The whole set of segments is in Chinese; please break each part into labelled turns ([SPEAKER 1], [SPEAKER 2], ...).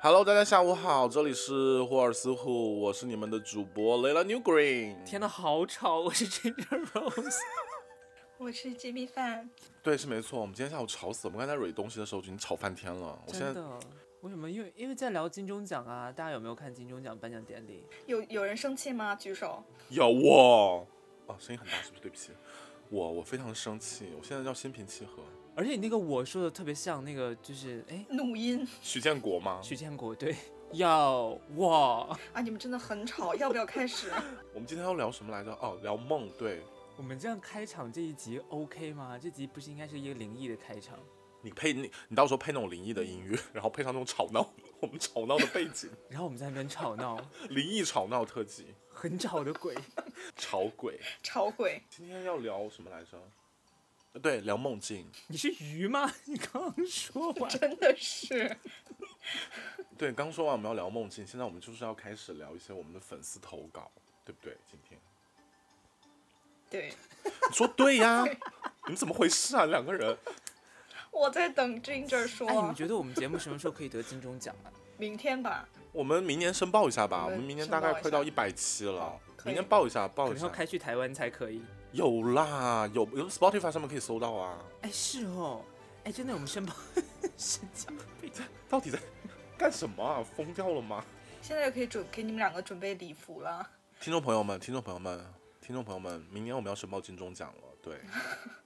[SPEAKER 1] Hello，大家下午好，这里是霍尔斯户，我是你们的主播 Layla New Green。
[SPEAKER 2] 天呐，好吵！我是 Ginger Rose。
[SPEAKER 3] 我是 GB 范，
[SPEAKER 1] 对，是没错，我们今天下午吵死了，我们刚才蕊东西的时候已经吵翻天了。我现
[SPEAKER 2] 真
[SPEAKER 1] 在
[SPEAKER 2] 的？为什么？因为因为在聊金钟奖啊，大家有没有看金钟奖颁奖典礼？
[SPEAKER 3] 有有人生气吗？举手。
[SPEAKER 1] 有我，哦，声音很大，是不是？对不起，我我非常生气，我现在要心平气和。
[SPEAKER 2] 而且你那个我说的特别像那个，就是哎，
[SPEAKER 3] 怒音
[SPEAKER 1] 许建国吗？
[SPEAKER 2] 许建国对， 要哇！
[SPEAKER 3] 啊！你们真的很吵，要不要 开始？
[SPEAKER 1] 我们今天要聊什么来着？哦，聊梦。对，
[SPEAKER 2] 我们这样开场这一集 OK 吗？这集不是应该是一个灵异的开场？
[SPEAKER 1] 你配你你到时候配那种灵异的音乐，然后配上那种吵闹， 我们吵闹的背景，
[SPEAKER 2] 然后我们在那边吵 闹，
[SPEAKER 1] 灵异吵闹特辑，
[SPEAKER 2] 很吵的鬼。
[SPEAKER 1] 吵鬼。
[SPEAKER 3] 吵鬼，
[SPEAKER 1] 今天要聊什么来着？呃对，聊梦境。
[SPEAKER 2] 你是鱼吗？ 你刚刚说完。
[SPEAKER 3] 真的是
[SPEAKER 1] 对，刚说完我们要聊梦境，现在我们就是要开始聊一些我们的粉丝投稿，对不对？今天
[SPEAKER 3] 对。
[SPEAKER 1] 你说对 呀、你们怎么回事啊？两个人，
[SPEAKER 3] 我在等 Ginger 说，
[SPEAKER 2] 哎，你们觉得我们节目什么时候可以得金钟奖啊？
[SPEAKER 3] 明天吧？
[SPEAKER 1] 我们明年申报一下吧，我
[SPEAKER 3] 我们
[SPEAKER 1] 们明年大概快
[SPEAKER 3] 申报
[SPEAKER 1] 到
[SPEAKER 3] 一
[SPEAKER 1] 一
[SPEAKER 3] 下
[SPEAKER 1] 百期了
[SPEAKER 3] 好，可
[SPEAKER 1] 明
[SPEAKER 3] 以
[SPEAKER 1] 年报一下，
[SPEAKER 2] 可
[SPEAKER 1] 报一
[SPEAKER 2] 能
[SPEAKER 1] 下。
[SPEAKER 2] 要开去台湾才可以。
[SPEAKER 1] 有啦，有有 Spotify 上面可以搜到啊。
[SPEAKER 2] 哎，是哦。哎，真的，我们申报神经病。
[SPEAKER 1] 到底在 干什么啊？疯掉了吗？
[SPEAKER 3] 现在就可以准给你们两个准备礼服了，
[SPEAKER 1] 听众朋友们，听众朋友们，听众朋友们，明年我们要申报金钟奖了，对。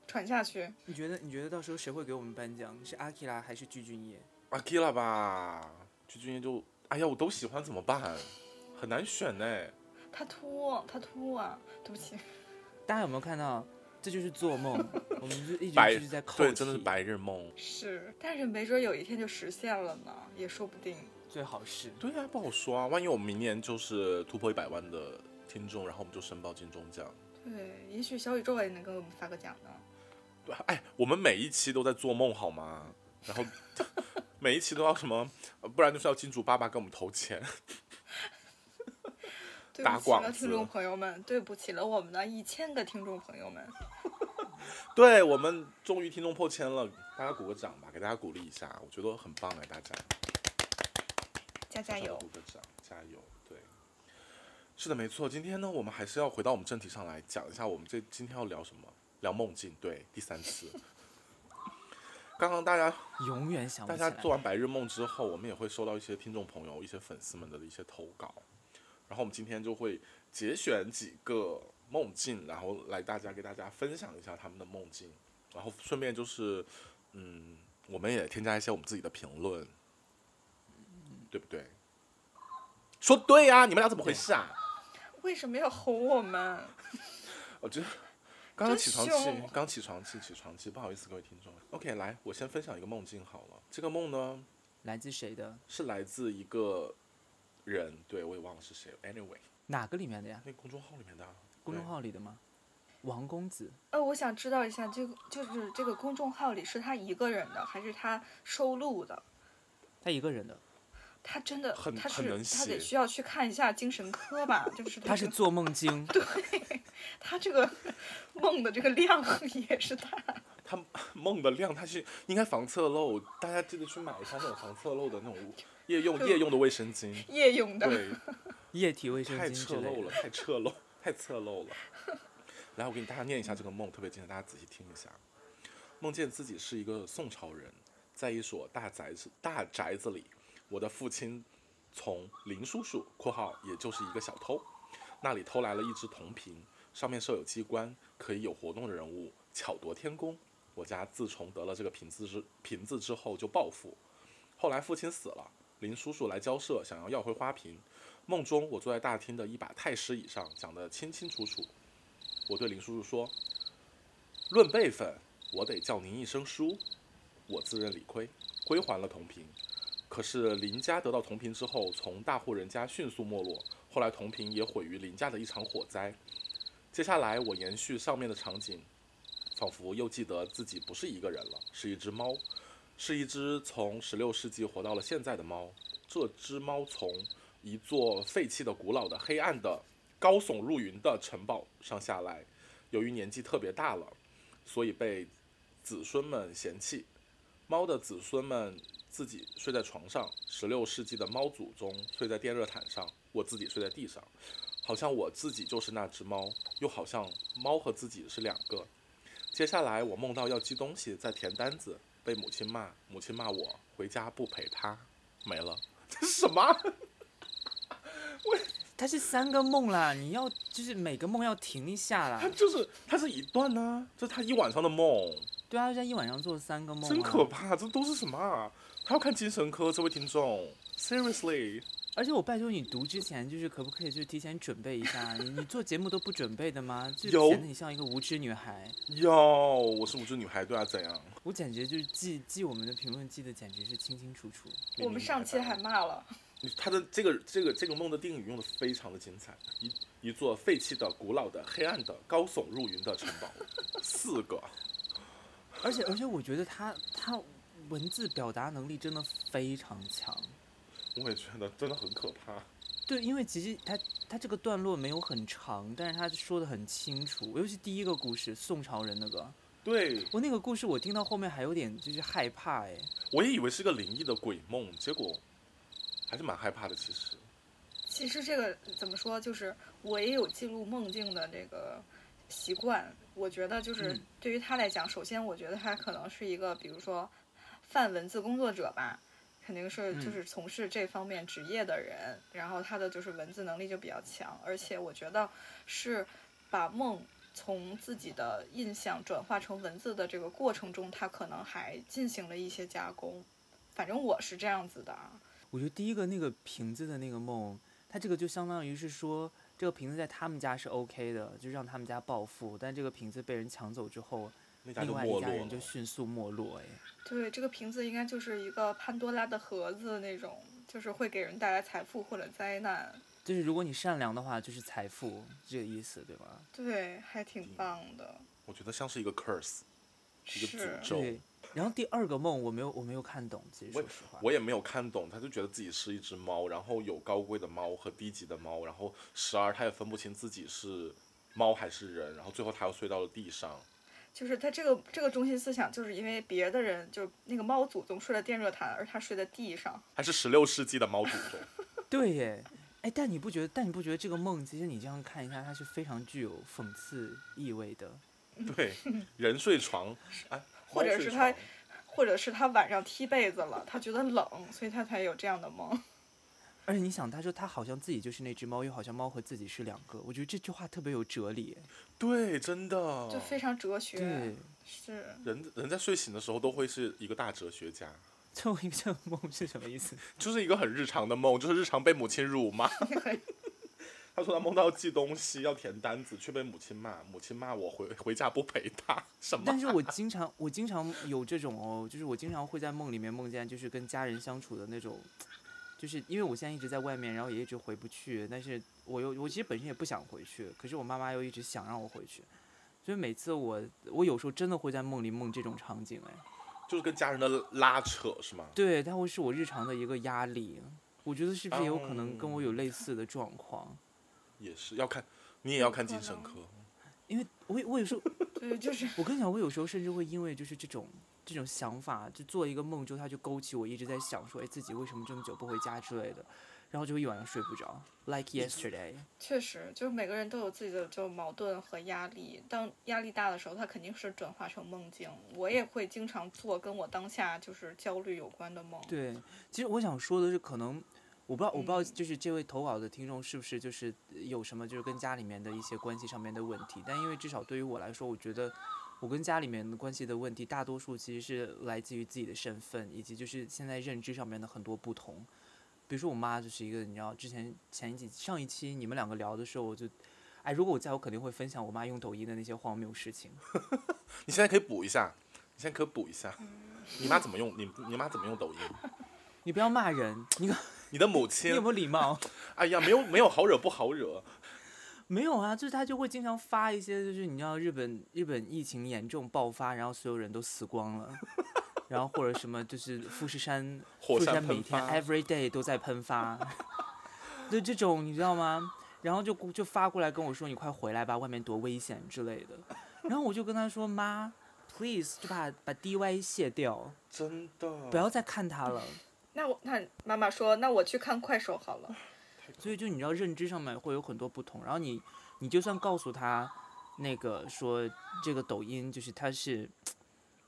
[SPEAKER 3] 传下去。
[SPEAKER 2] 你觉得你觉得到时候谁会给我们颁奖？是阿基拉还是具俊晔？
[SPEAKER 1] 阿基拉吧，鞠婧祎就，哎呀，我都喜欢怎么办？很难选哎呢。
[SPEAKER 3] 他秃，他秃啊！对不起，
[SPEAKER 2] 大家有没有看到？这就是做 梦，我们就一直
[SPEAKER 1] 白
[SPEAKER 2] 就是在扣
[SPEAKER 1] 对，
[SPEAKER 2] 题
[SPEAKER 1] 真的是白日梦。
[SPEAKER 3] 是，但是没准有一天就实现了呢，也说不定。
[SPEAKER 2] 最好是
[SPEAKER 1] 对啊，不好说啊，万一我们明年就是突破一百万的听众，然后我们就申报金钟奖。
[SPEAKER 3] 对，也许小宇宙也能给我们发个奖呢。
[SPEAKER 1] 对啊，哎，我们每一期都在做梦好吗？然后 每一期都要什么，呃不然就是要金主爸爸给我们投钱。
[SPEAKER 3] 对
[SPEAKER 1] 打
[SPEAKER 3] 不起
[SPEAKER 1] 广
[SPEAKER 3] 了，听
[SPEAKER 1] 子
[SPEAKER 3] 众朋友们，对不起了我们的一千个听众朋友们。
[SPEAKER 1] 对我们终于听众破千了，大家鼓个掌吧，给大家鼓励一下，我觉得很棒哎，大家。
[SPEAKER 3] 加加油！
[SPEAKER 1] 鼓个掌，加油！对，是的，没错。今天呢，我们还是要回到我们正题上来讲一下，我们这今天要聊什么？聊梦境，对，第三次。 刚刚大家
[SPEAKER 2] 永远想不
[SPEAKER 1] 大
[SPEAKER 2] 起来。
[SPEAKER 1] 家做完白日梦之后，我们也会收到一些听众朋友、一些粉丝们的一些投稿，然后我们今天就会节选几个梦境，然后来大家给大家分享一下他们的梦境，然后顺便就是，嗯，我们也添加一些我们自己的评论，对不对？说对呀、你们俩怎么回事啊？
[SPEAKER 3] 为什么要哄我们？
[SPEAKER 1] 我觉得哦刚刚
[SPEAKER 3] 真
[SPEAKER 1] 起床气
[SPEAKER 3] 凶，
[SPEAKER 1] 刚起床气，起床气，不好意思各位听众。OK，来，我先分享一个梦境好了。这个梦呢，
[SPEAKER 2] 来自谁的？
[SPEAKER 1] 是来自一个人，对我也忘了是谁了。Anyway，
[SPEAKER 2] 哪个里面的呀？
[SPEAKER 1] 那个公众号里面的啊
[SPEAKER 2] 公众号里的吗？王公子，
[SPEAKER 3] 呃，我想知道一下，这个就是这个公众号里是他一个人的，还是他收录的？
[SPEAKER 2] 他一个人的，
[SPEAKER 3] 他真的，
[SPEAKER 1] 很
[SPEAKER 3] 他
[SPEAKER 1] 很能
[SPEAKER 3] 是他
[SPEAKER 1] 写
[SPEAKER 3] 得需要去看一下精神科吧？就是
[SPEAKER 2] 他是
[SPEAKER 3] 这个
[SPEAKER 2] 做梦精，
[SPEAKER 3] 他这个 梦的这个量 也是大。，
[SPEAKER 1] 对他梦的量，他是应该防侧漏，大家记得去买一下那种防侧漏的那种夜用夜用的卫生巾
[SPEAKER 3] 夜用的，
[SPEAKER 1] 对，
[SPEAKER 2] 液体卫生
[SPEAKER 1] 太
[SPEAKER 2] 巾
[SPEAKER 1] 侧
[SPEAKER 2] 之类
[SPEAKER 1] 漏了，
[SPEAKER 2] 的。
[SPEAKER 1] 太侧漏， 太侧漏了。来，我给大家念一下这个梦，特别精彩，大家仔细听一下。梦见自己是一个宋朝人，在一所大宅子大宅子里，我的父亲从林叔叔（括号也就是一个小偷）那里偷来了一只铜瓶，上面设有机关，可以有活动的人物巧夺天工。我家自从得了这个瓶子之瓶子之后就暴富，后来父亲死了，林叔叔来交涉，想要要回花瓶。梦中我坐在大厅的一把太师椅上，讲得清清楚楚。我对林叔叔说：“论辈分，我得叫您一声叔。”我自认理亏，归还了铜瓶。可是林家得到铜瓶之后，从大户人家迅速没落，后来铜瓶也毁于林家的一场火灾。接下来我延续上面的场景，仿佛又记得自己不是一个人了，是一只猫，是一只从十六世纪活到了现在的猫。这只猫从一座废弃的、古老的、黑暗的、高耸入云的城堡上下来。由于年纪特别大了，所以被子孙们嫌弃。猫的子孙们自己睡在床上，十六世纪的猫祖宗睡在电热毯上，我自己睡在地上，好像我自己就是那只猫，又好像猫和自己是两个。接下来我梦到要寄东西，在填单子，被母亲骂，母亲骂我回家不陪她，没了。 这是什么？啊
[SPEAKER 2] 它是三个梦啦，你要就是每个梦要停一下啦
[SPEAKER 1] 它。就是它是一段呢、这是他一晚上的梦，
[SPEAKER 2] 对啊，在一晚上做三个梦、啊，
[SPEAKER 1] 真可怕！这都是什么、啊？他要看精神科，这位听众，seriously，
[SPEAKER 2] 而且我拜托你读之前，就是可不可以就是提前准备一下？你你做节目都不准备的吗？就
[SPEAKER 1] 有
[SPEAKER 2] 显得你像一个无知女孩。
[SPEAKER 1] 哟，我是无知女孩，对啊，怎样？
[SPEAKER 2] 我简直就是记记我们的评论记得简直是清清楚楚。
[SPEAKER 3] 我们上期还骂了，
[SPEAKER 1] 他的这个这个这个梦的定语用的非常的精彩，一一座废弃的、古老的、黑暗的、高耸入云的城堡，四个，
[SPEAKER 2] 而且而且我觉得她她文字表达能力真的非常强。
[SPEAKER 1] 我也觉得真的很可怕。
[SPEAKER 2] 对，因为其实他他这个段落没有很长，但是他说的很清楚，尤其第一个故事宋朝人那个，
[SPEAKER 1] 对，
[SPEAKER 2] 我那个故事我听到后面还有点就是害怕哎，
[SPEAKER 1] 我也以为是个灵异的鬼梦，结果还是蛮害怕的。其实，
[SPEAKER 3] 其实这个怎么说，就是我也有记录梦境的这个习惯。我觉得就是
[SPEAKER 2] 嗯
[SPEAKER 3] 对于他来讲，首先我觉得他可能是一个，比如说泛文字工作者吧，肯定是就
[SPEAKER 2] 嗯
[SPEAKER 3] 是从事这方面职业的人，然后他的就是文字能力就比较强，而且我觉得是把梦。从自己的印象转化成文字的这个过程中，他可能还进行了一些加工。反正我是这样子的啊，
[SPEAKER 2] 我觉得第一个那个瓶子的那个梦，他这个就相当于是说这个瓶子在他们家是 OK 的，就让他们家暴富，但这个瓶子被人抢走之后，
[SPEAKER 1] 那家就
[SPEAKER 2] 另外
[SPEAKER 1] 没
[SPEAKER 2] 一
[SPEAKER 1] 落
[SPEAKER 2] 家
[SPEAKER 1] 了
[SPEAKER 2] 人就。迅速没落哎，
[SPEAKER 3] 对，这个瓶子应该就是一个潘多拉的盒子那种，就是会给人带来财富或者灾难。
[SPEAKER 2] 就是如果你善良的话就是财富这个意思对吧？
[SPEAKER 3] 对，还挺棒的。
[SPEAKER 1] 我觉得像是一个 curse，一个
[SPEAKER 3] 是
[SPEAKER 1] 诅，咒。
[SPEAKER 2] 对。然后第二个梦我没有我没有看懂，其实
[SPEAKER 1] 我
[SPEAKER 2] 说实话，
[SPEAKER 1] 我也没有看懂，他就觉得自己是一只猫，然后有高贵的猫和低级的猫，然后时而他也分不清自己是猫还是人，然后最后他又睡到了地上。
[SPEAKER 3] 就是他这个这个中心思想，就是因为别的人就是那个猫祖宗睡在电热毯，而他睡在地上。
[SPEAKER 1] 还是十六世纪的猫祖宗，
[SPEAKER 2] 对耶，哎，但你不觉得？但你不觉得这个梦，其实你这样看一下，它是非常具有讽刺意味的。
[SPEAKER 1] 对，人睡床，哎，
[SPEAKER 3] 或者
[SPEAKER 1] 猫睡
[SPEAKER 3] 是他
[SPEAKER 1] 床
[SPEAKER 3] 或者是他晚上踢被子了，他觉得冷，所以他才有这样的梦。
[SPEAKER 2] 而且你想，他说他好像自己就是那只猫，又好像猫和自己是两个。我觉得这句话特别有哲理。
[SPEAKER 1] 对，真的，
[SPEAKER 3] 就非常哲学
[SPEAKER 2] 对。，
[SPEAKER 3] 是，
[SPEAKER 1] 人人在睡醒的时候都会是一个大哲学家，
[SPEAKER 2] 最后一个梦是什么意思？
[SPEAKER 1] 就是一个很日常的梦，就是日常被母亲辱骂。 他说他梦到寄东西要填单子，却被母亲骂，母亲骂我回回家不陪他，什么？
[SPEAKER 2] 但是我经常，我经常有这种哦，就是我经常会在梦里面梦见，就是跟家人相处的那种，就是因为我现在一直在外面，然后也一直回不去，但是我又我其实本身也不想回去，可是我妈妈又一直想让我回去，所以每次我我有时候真的会在梦里梦这种场景，哎，
[SPEAKER 1] 就是跟家人的拉扯是吗？
[SPEAKER 2] 对，它会是我日常的一个压力，我觉得是不是也有可能跟我有类似的状况？
[SPEAKER 1] 也是要看，你也要看精神科。
[SPEAKER 2] 因为我我有时候
[SPEAKER 3] 对，就是
[SPEAKER 2] 我跟你讲，我有时候甚至会因为就是这种这种想法，就做一个梦之后，它就勾起我一直在想说，哎，自己为什么这么久不回家之类的，然后就一晚上睡不着，like yesterday。
[SPEAKER 3] 确实，就是每个人都有自己的就矛盾和压力。当压力大的时候，它肯定是转化成梦境。我也会经常做跟我当下就是焦虑有关的梦。
[SPEAKER 2] 对，其实我想说的是，可能我不知道，我不知道，
[SPEAKER 3] 嗯
[SPEAKER 2] 就是这位投稿的听众是不是就是有什么就是跟家里面的一些关系上面的问题，但因为至少对于我来说，我觉得我跟家里面的关系的问题，大多数其实是来自于自己的身份以及就是现在认知上面的很多不同。比如说我妈就是一个，你知道，之前前一集上一期你们两个聊的时候，我就，哎，如果我在，我肯定会分享我妈用抖音的那些荒谬事情。
[SPEAKER 1] 你现在可以补一下，你现在可以补一下。
[SPEAKER 3] 嗯
[SPEAKER 1] 你妈怎么用？你你妈怎么用 抖音？
[SPEAKER 2] 你不要骂人，你 可
[SPEAKER 1] 你的母
[SPEAKER 2] 你
[SPEAKER 1] 亲
[SPEAKER 2] 有，没有礼貌？
[SPEAKER 1] 哎呀，没有没有好惹不好惹，
[SPEAKER 2] 没有啊，就是他就会经常发一些，就是你知道日本日本疫情严重爆发，然后所有人都死光了， 然后或者什么就是富士山，
[SPEAKER 1] 火
[SPEAKER 2] 富士
[SPEAKER 1] 山
[SPEAKER 2] 山每
[SPEAKER 1] 喷
[SPEAKER 2] 天
[SPEAKER 1] 发。
[SPEAKER 2] every day 都在喷发， 就这种你知道吗？然后就就发过来跟我说你快回来吧，外面多危险之类的。然后我就跟他说妈， please 就把把 dy 卸掉，
[SPEAKER 1] 真的
[SPEAKER 2] 不要再看它了。
[SPEAKER 3] 那我那妈妈说，那我去看快手好了。
[SPEAKER 2] 所以就你知道认知上面会有很多不同，然后你你就算告诉他那个说这个抖音就是它是，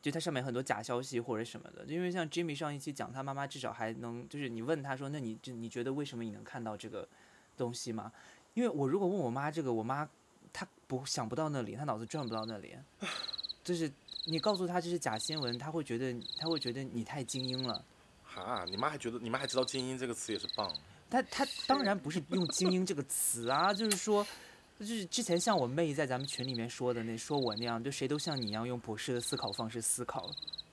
[SPEAKER 2] 就它上面很多假消息或者什么的，因为像 Jimmy 上一期讲他妈妈至少还能就是你问他说，那你这你觉得为什么你能看到这个东西吗？因为我如果问我妈这个，我妈她不想不到那里，她脑子转不到那里，就是你告诉她这是假新闻，她会觉得她会觉得你太精英了。
[SPEAKER 1] 哈，你妈还觉得你妈还知道“精英”这个词也是棒，
[SPEAKER 2] 他他当然不是用“精英”这个词啊，就是说，就是之前像我妹在咱们群里面说的那，说我那样，就谁都像你一样用博士的思考方式思考，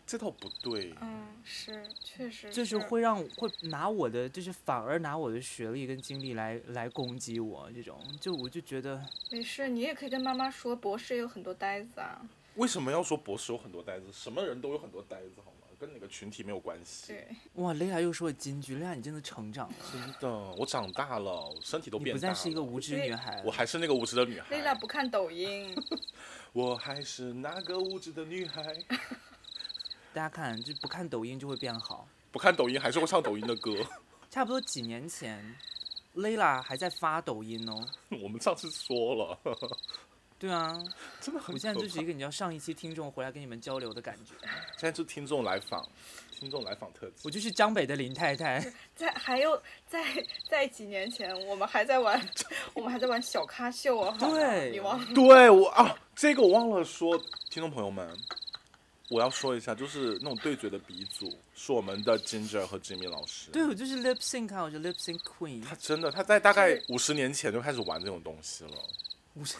[SPEAKER 1] 这倒不对。
[SPEAKER 3] 嗯，是，确实
[SPEAKER 2] 就是会让会拿我的，就是反而拿我的学历跟经历来来攻击我这种，就我就觉得
[SPEAKER 3] 没事，你也可以跟妈妈说，博士也有很多呆子啊。
[SPEAKER 1] 为什么要说博士有很多呆子？什么人都有很多呆子，好吗？跟哪个群体没有关系。
[SPEAKER 3] 对，
[SPEAKER 2] 哇，雷亚又说了金句，雷亚你真的成长了，
[SPEAKER 1] 真的，我长大了，我身体都
[SPEAKER 2] 你
[SPEAKER 1] 变
[SPEAKER 2] 不
[SPEAKER 1] 大了。
[SPEAKER 2] 再是一个无知
[SPEAKER 3] 因为
[SPEAKER 2] 女孩
[SPEAKER 1] 我
[SPEAKER 2] 了。
[SPEAKER 1] 还是那个无知的女孩。
[SPEAKER 3] 丽
[SPEAKER 2] 哎
[SPEAKER 3] 娜不看抖音，
[SPEAKER 1] 我还是那个无知的女孩。
[SPEAKER 2] 大家看，就不看抖音就会变好。
[SPEAKER 1] 不看抖音还是会唱抖音的歌。
[SPEAKER 2] 差不多几年前，雷拉还在发抖音哦。
[SPEAKER 1] 我们上次说了，
[SPEAKER 2] 对啊，
[SPEAKER 1] 真的很
[SPEAKER 2] 我
[SPEAKER 1] 可
[SPEAKER 2] 现在就是
[SPEAKER 1] 怕
[SPEAKER 2] 一个你知道上一期听众回来跟你们交流的感觉，
[SPEAKER 1] 现在就听众来访，听众来访特辑。
[SPEAKER 2] 我就是江北的林太太，
[SPEAKER 3] 在还有在在几年前，我们还在玩， 我们还在玩小咖秀啊。好吗
[SPEAKER 2] 对
[SPEAKER 3] 你忘了？
[SPEAKER 1] 对我啊，这个我忘了说，听众朋友们，我要说一下，就是那种对嘴的鼻祖是我们的 Ginger 和 Jimmy 老师。
[SPEAKER 2] 对我就是 lip sync 啊，我是 lip sync queen，
[SPEAKER 1] 他真的，他在大概
[SPEAKER 3] 是
[SPEAKER 1] 五十年前就开始玩这种东西了。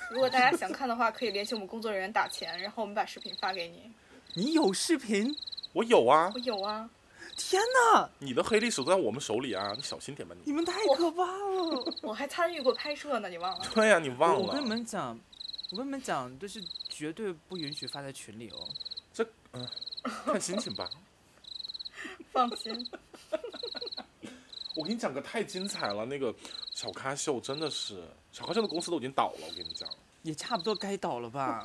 [SPEAKER 3] 如果大家想看的话，可以联系我们工作人员打钱，然后我们把视频发给你。
[SPEAKER 2] 你有视频？
[SPEAKER 1] 我有啊
[SPEAKER 3] 我，有啊，
[SPEAKER 2] 天哪，
[SPEAKER 1] 你的黑历史都在我们手里啊，你小心点吧你。
[SPEAKER 2] 你们太可怕了！
[SPEAKER 3] 我还参与过拍摄呢，你忘了？
[SPEAKER 1] 对呀、啊你忘了？
[SPEAKER 2] 我跟你们讲，我跟你们讲，就是绝对不允许发在群里哦。
[SPEAKER 1] 这，嗯、看心情吧。
[SPEAKER 3] 放心，
[SPEAKER 1] 我跟你讲个太精彩了，那个小咖秀真的是，小咖秀的公司都已经倒了，我跟你讲
[SPEAKER 2] 也差不多该倒了吧？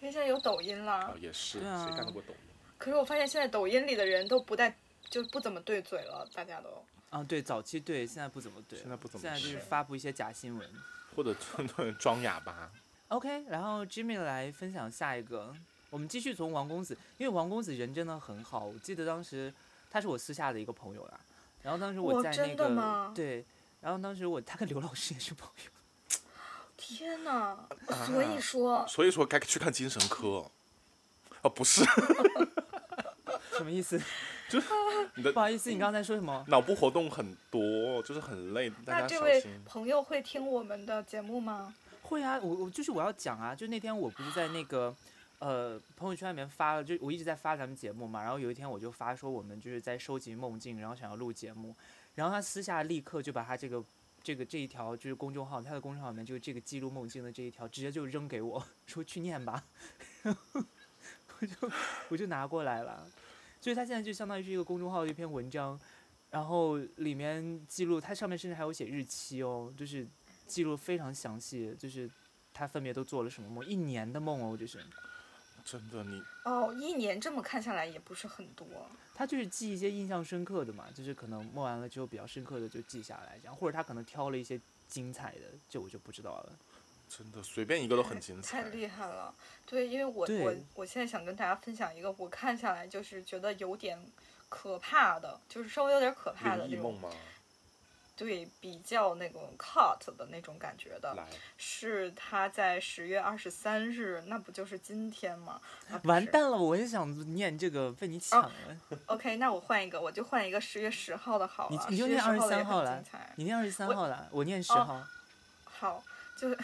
[SPEAKER 3] 因为现在有抖音
[SPEAKER 1] 啊
[SPEAKER 3] 了，。
[SPEAKER 1] 也是，
[SPEAKER 2] 对啊
[SPEAKER 1] 谁干得过抖音？
[SPEAKER 3] 可是我发现现在抖音里的人都不带，就不怎么对嘴了，大家都。
[SPEAKER 2] 啊，对，早期对，现在不怎么对，
[SPEAKER 1] 现在不怎么
[SPEAKER 2] 现在就是
[SPEAKER 3] 是
[SPEAKER 2] 发布一些假新闻。
[SPEAKER 1] 或者装哑巴？
[SPEAKER 2] OK，然后 Jimmy 来分享下一个，我们继续从王公子，因为王公子人真的很好，我记得当时他是我私下的一个朋友啦，然后当时我
[SPEAKER 3] 哇
[SPEAKER 2] 在
[SPEAKER 3] 真
[SPEAKER 2] 那
[SPEAKER 3] 的
[SPEAKER 2] 个
[SPEAKER 3] 吗
[SPEAKER 2] 对，然后当时我他跟刘老师也是朋友，
[SPEAKER 3] 天哪！
[SPEAKER 1] 啊
[SPEAKER 3] 所以说，
[SPEAKER 1] 所以说该去看精神科。啊，不是，
[SPEAKER 2] 什么意思？
[SPEAKER 1] 你的
[SPEAKER 2] 不好意思，你刚才说什么？
[SPEAKER 1] 脑部活动很多，就是很累，大
[SPEAKER 3] 那
[SPEAKER 1] 家
[SPEAKER 3] 这
[SPEAKER 1] 小
[SPEAKER 3] 位
[SPEAKER 1] 心。
[SPEAKER 3] 朋友会听我们的节目吗？
[SPEAKER 2] 会啊，我我就是我要讲啊，就那天我不是在那个呃朋友圈里面发了，就我一直在发咱们节目嘛，然后有一天我就发说我们就是在收集梦境，然后想要录节目，然后他私下立刻就把他这个这个这一条就是公众号，他的公众号里面就是这个记录梦境的这一条，直接就扔给我说去念吧， 我就我就拿过来了，所以他现在就相当于是一个公众号的一篇文章。然后里面记录，它上面甚至还有写日期哦，就是记录非常详细，就是他分别都做了什么梦，一年的梦哦，这是
[SPEAKER 1] 真的，你
[SPEAKER 3] 哦，一年这么看下来也不是很多。
[SPEAKER 2] 他就是记一些印象深刻的嘛，就是可能梦完了之后比较深刻的就记下来，这样或者他可能挑了一些精彩的，这我就不知道了。
[SPEAKER 1] 真的随便一个都很精
[SPEAKER 3] 太
[SPEAKER 1] 彩。
[SPEAKER 3] 厉害了，对，因为我
[SPEAKER 2] 对
[SPEAKER 3] 我我现在想跟大家分享一个我看下来就是觉得有点可怕的，就是稍微有点可怕的
[SPEAKER 1] 灵异
[SPEAKER 3] 那
[SPEAKER 1] 梦
[SPEAKER 3] 种，
[SPEAKER 1] 吗？
[SPEAKER 3] 对，比较那种 cut 的那种感觉的，
[SPEAKER 1] 来，
[SPEAKER 3] 是他在十月二十三日，那不就是今天吗？啊不
[SPEAKER 2] 完
[SPEAKER 3] 是啊
[SPEAKER 2] 蛋了，我也想念这个，被你抢了。
[SPEAKER 3] OK，那我换一个，我就换一个十月十号的好
[SPEAKER 2] 你
[SPEAKER 3] 了。
[SPEAKER 2] 你就
[SPEAKER 3] 10月
[SPEAKER 2] 念
[SPEAKER 3] 10
[SPEAKER 2] 23号
[SPEAKER 3] 的也
[SPEAKER 2] 来
[SPEAKER 3] 很精彩。
[SPEAKER 2] 你念二十三
[SPEAKER 3] 我
[SPEAKER 2] 号了，我念十
[SPEAKER 3] 哦
[SPEAKER 2] 号。
[SPEAKER 3] 好，就是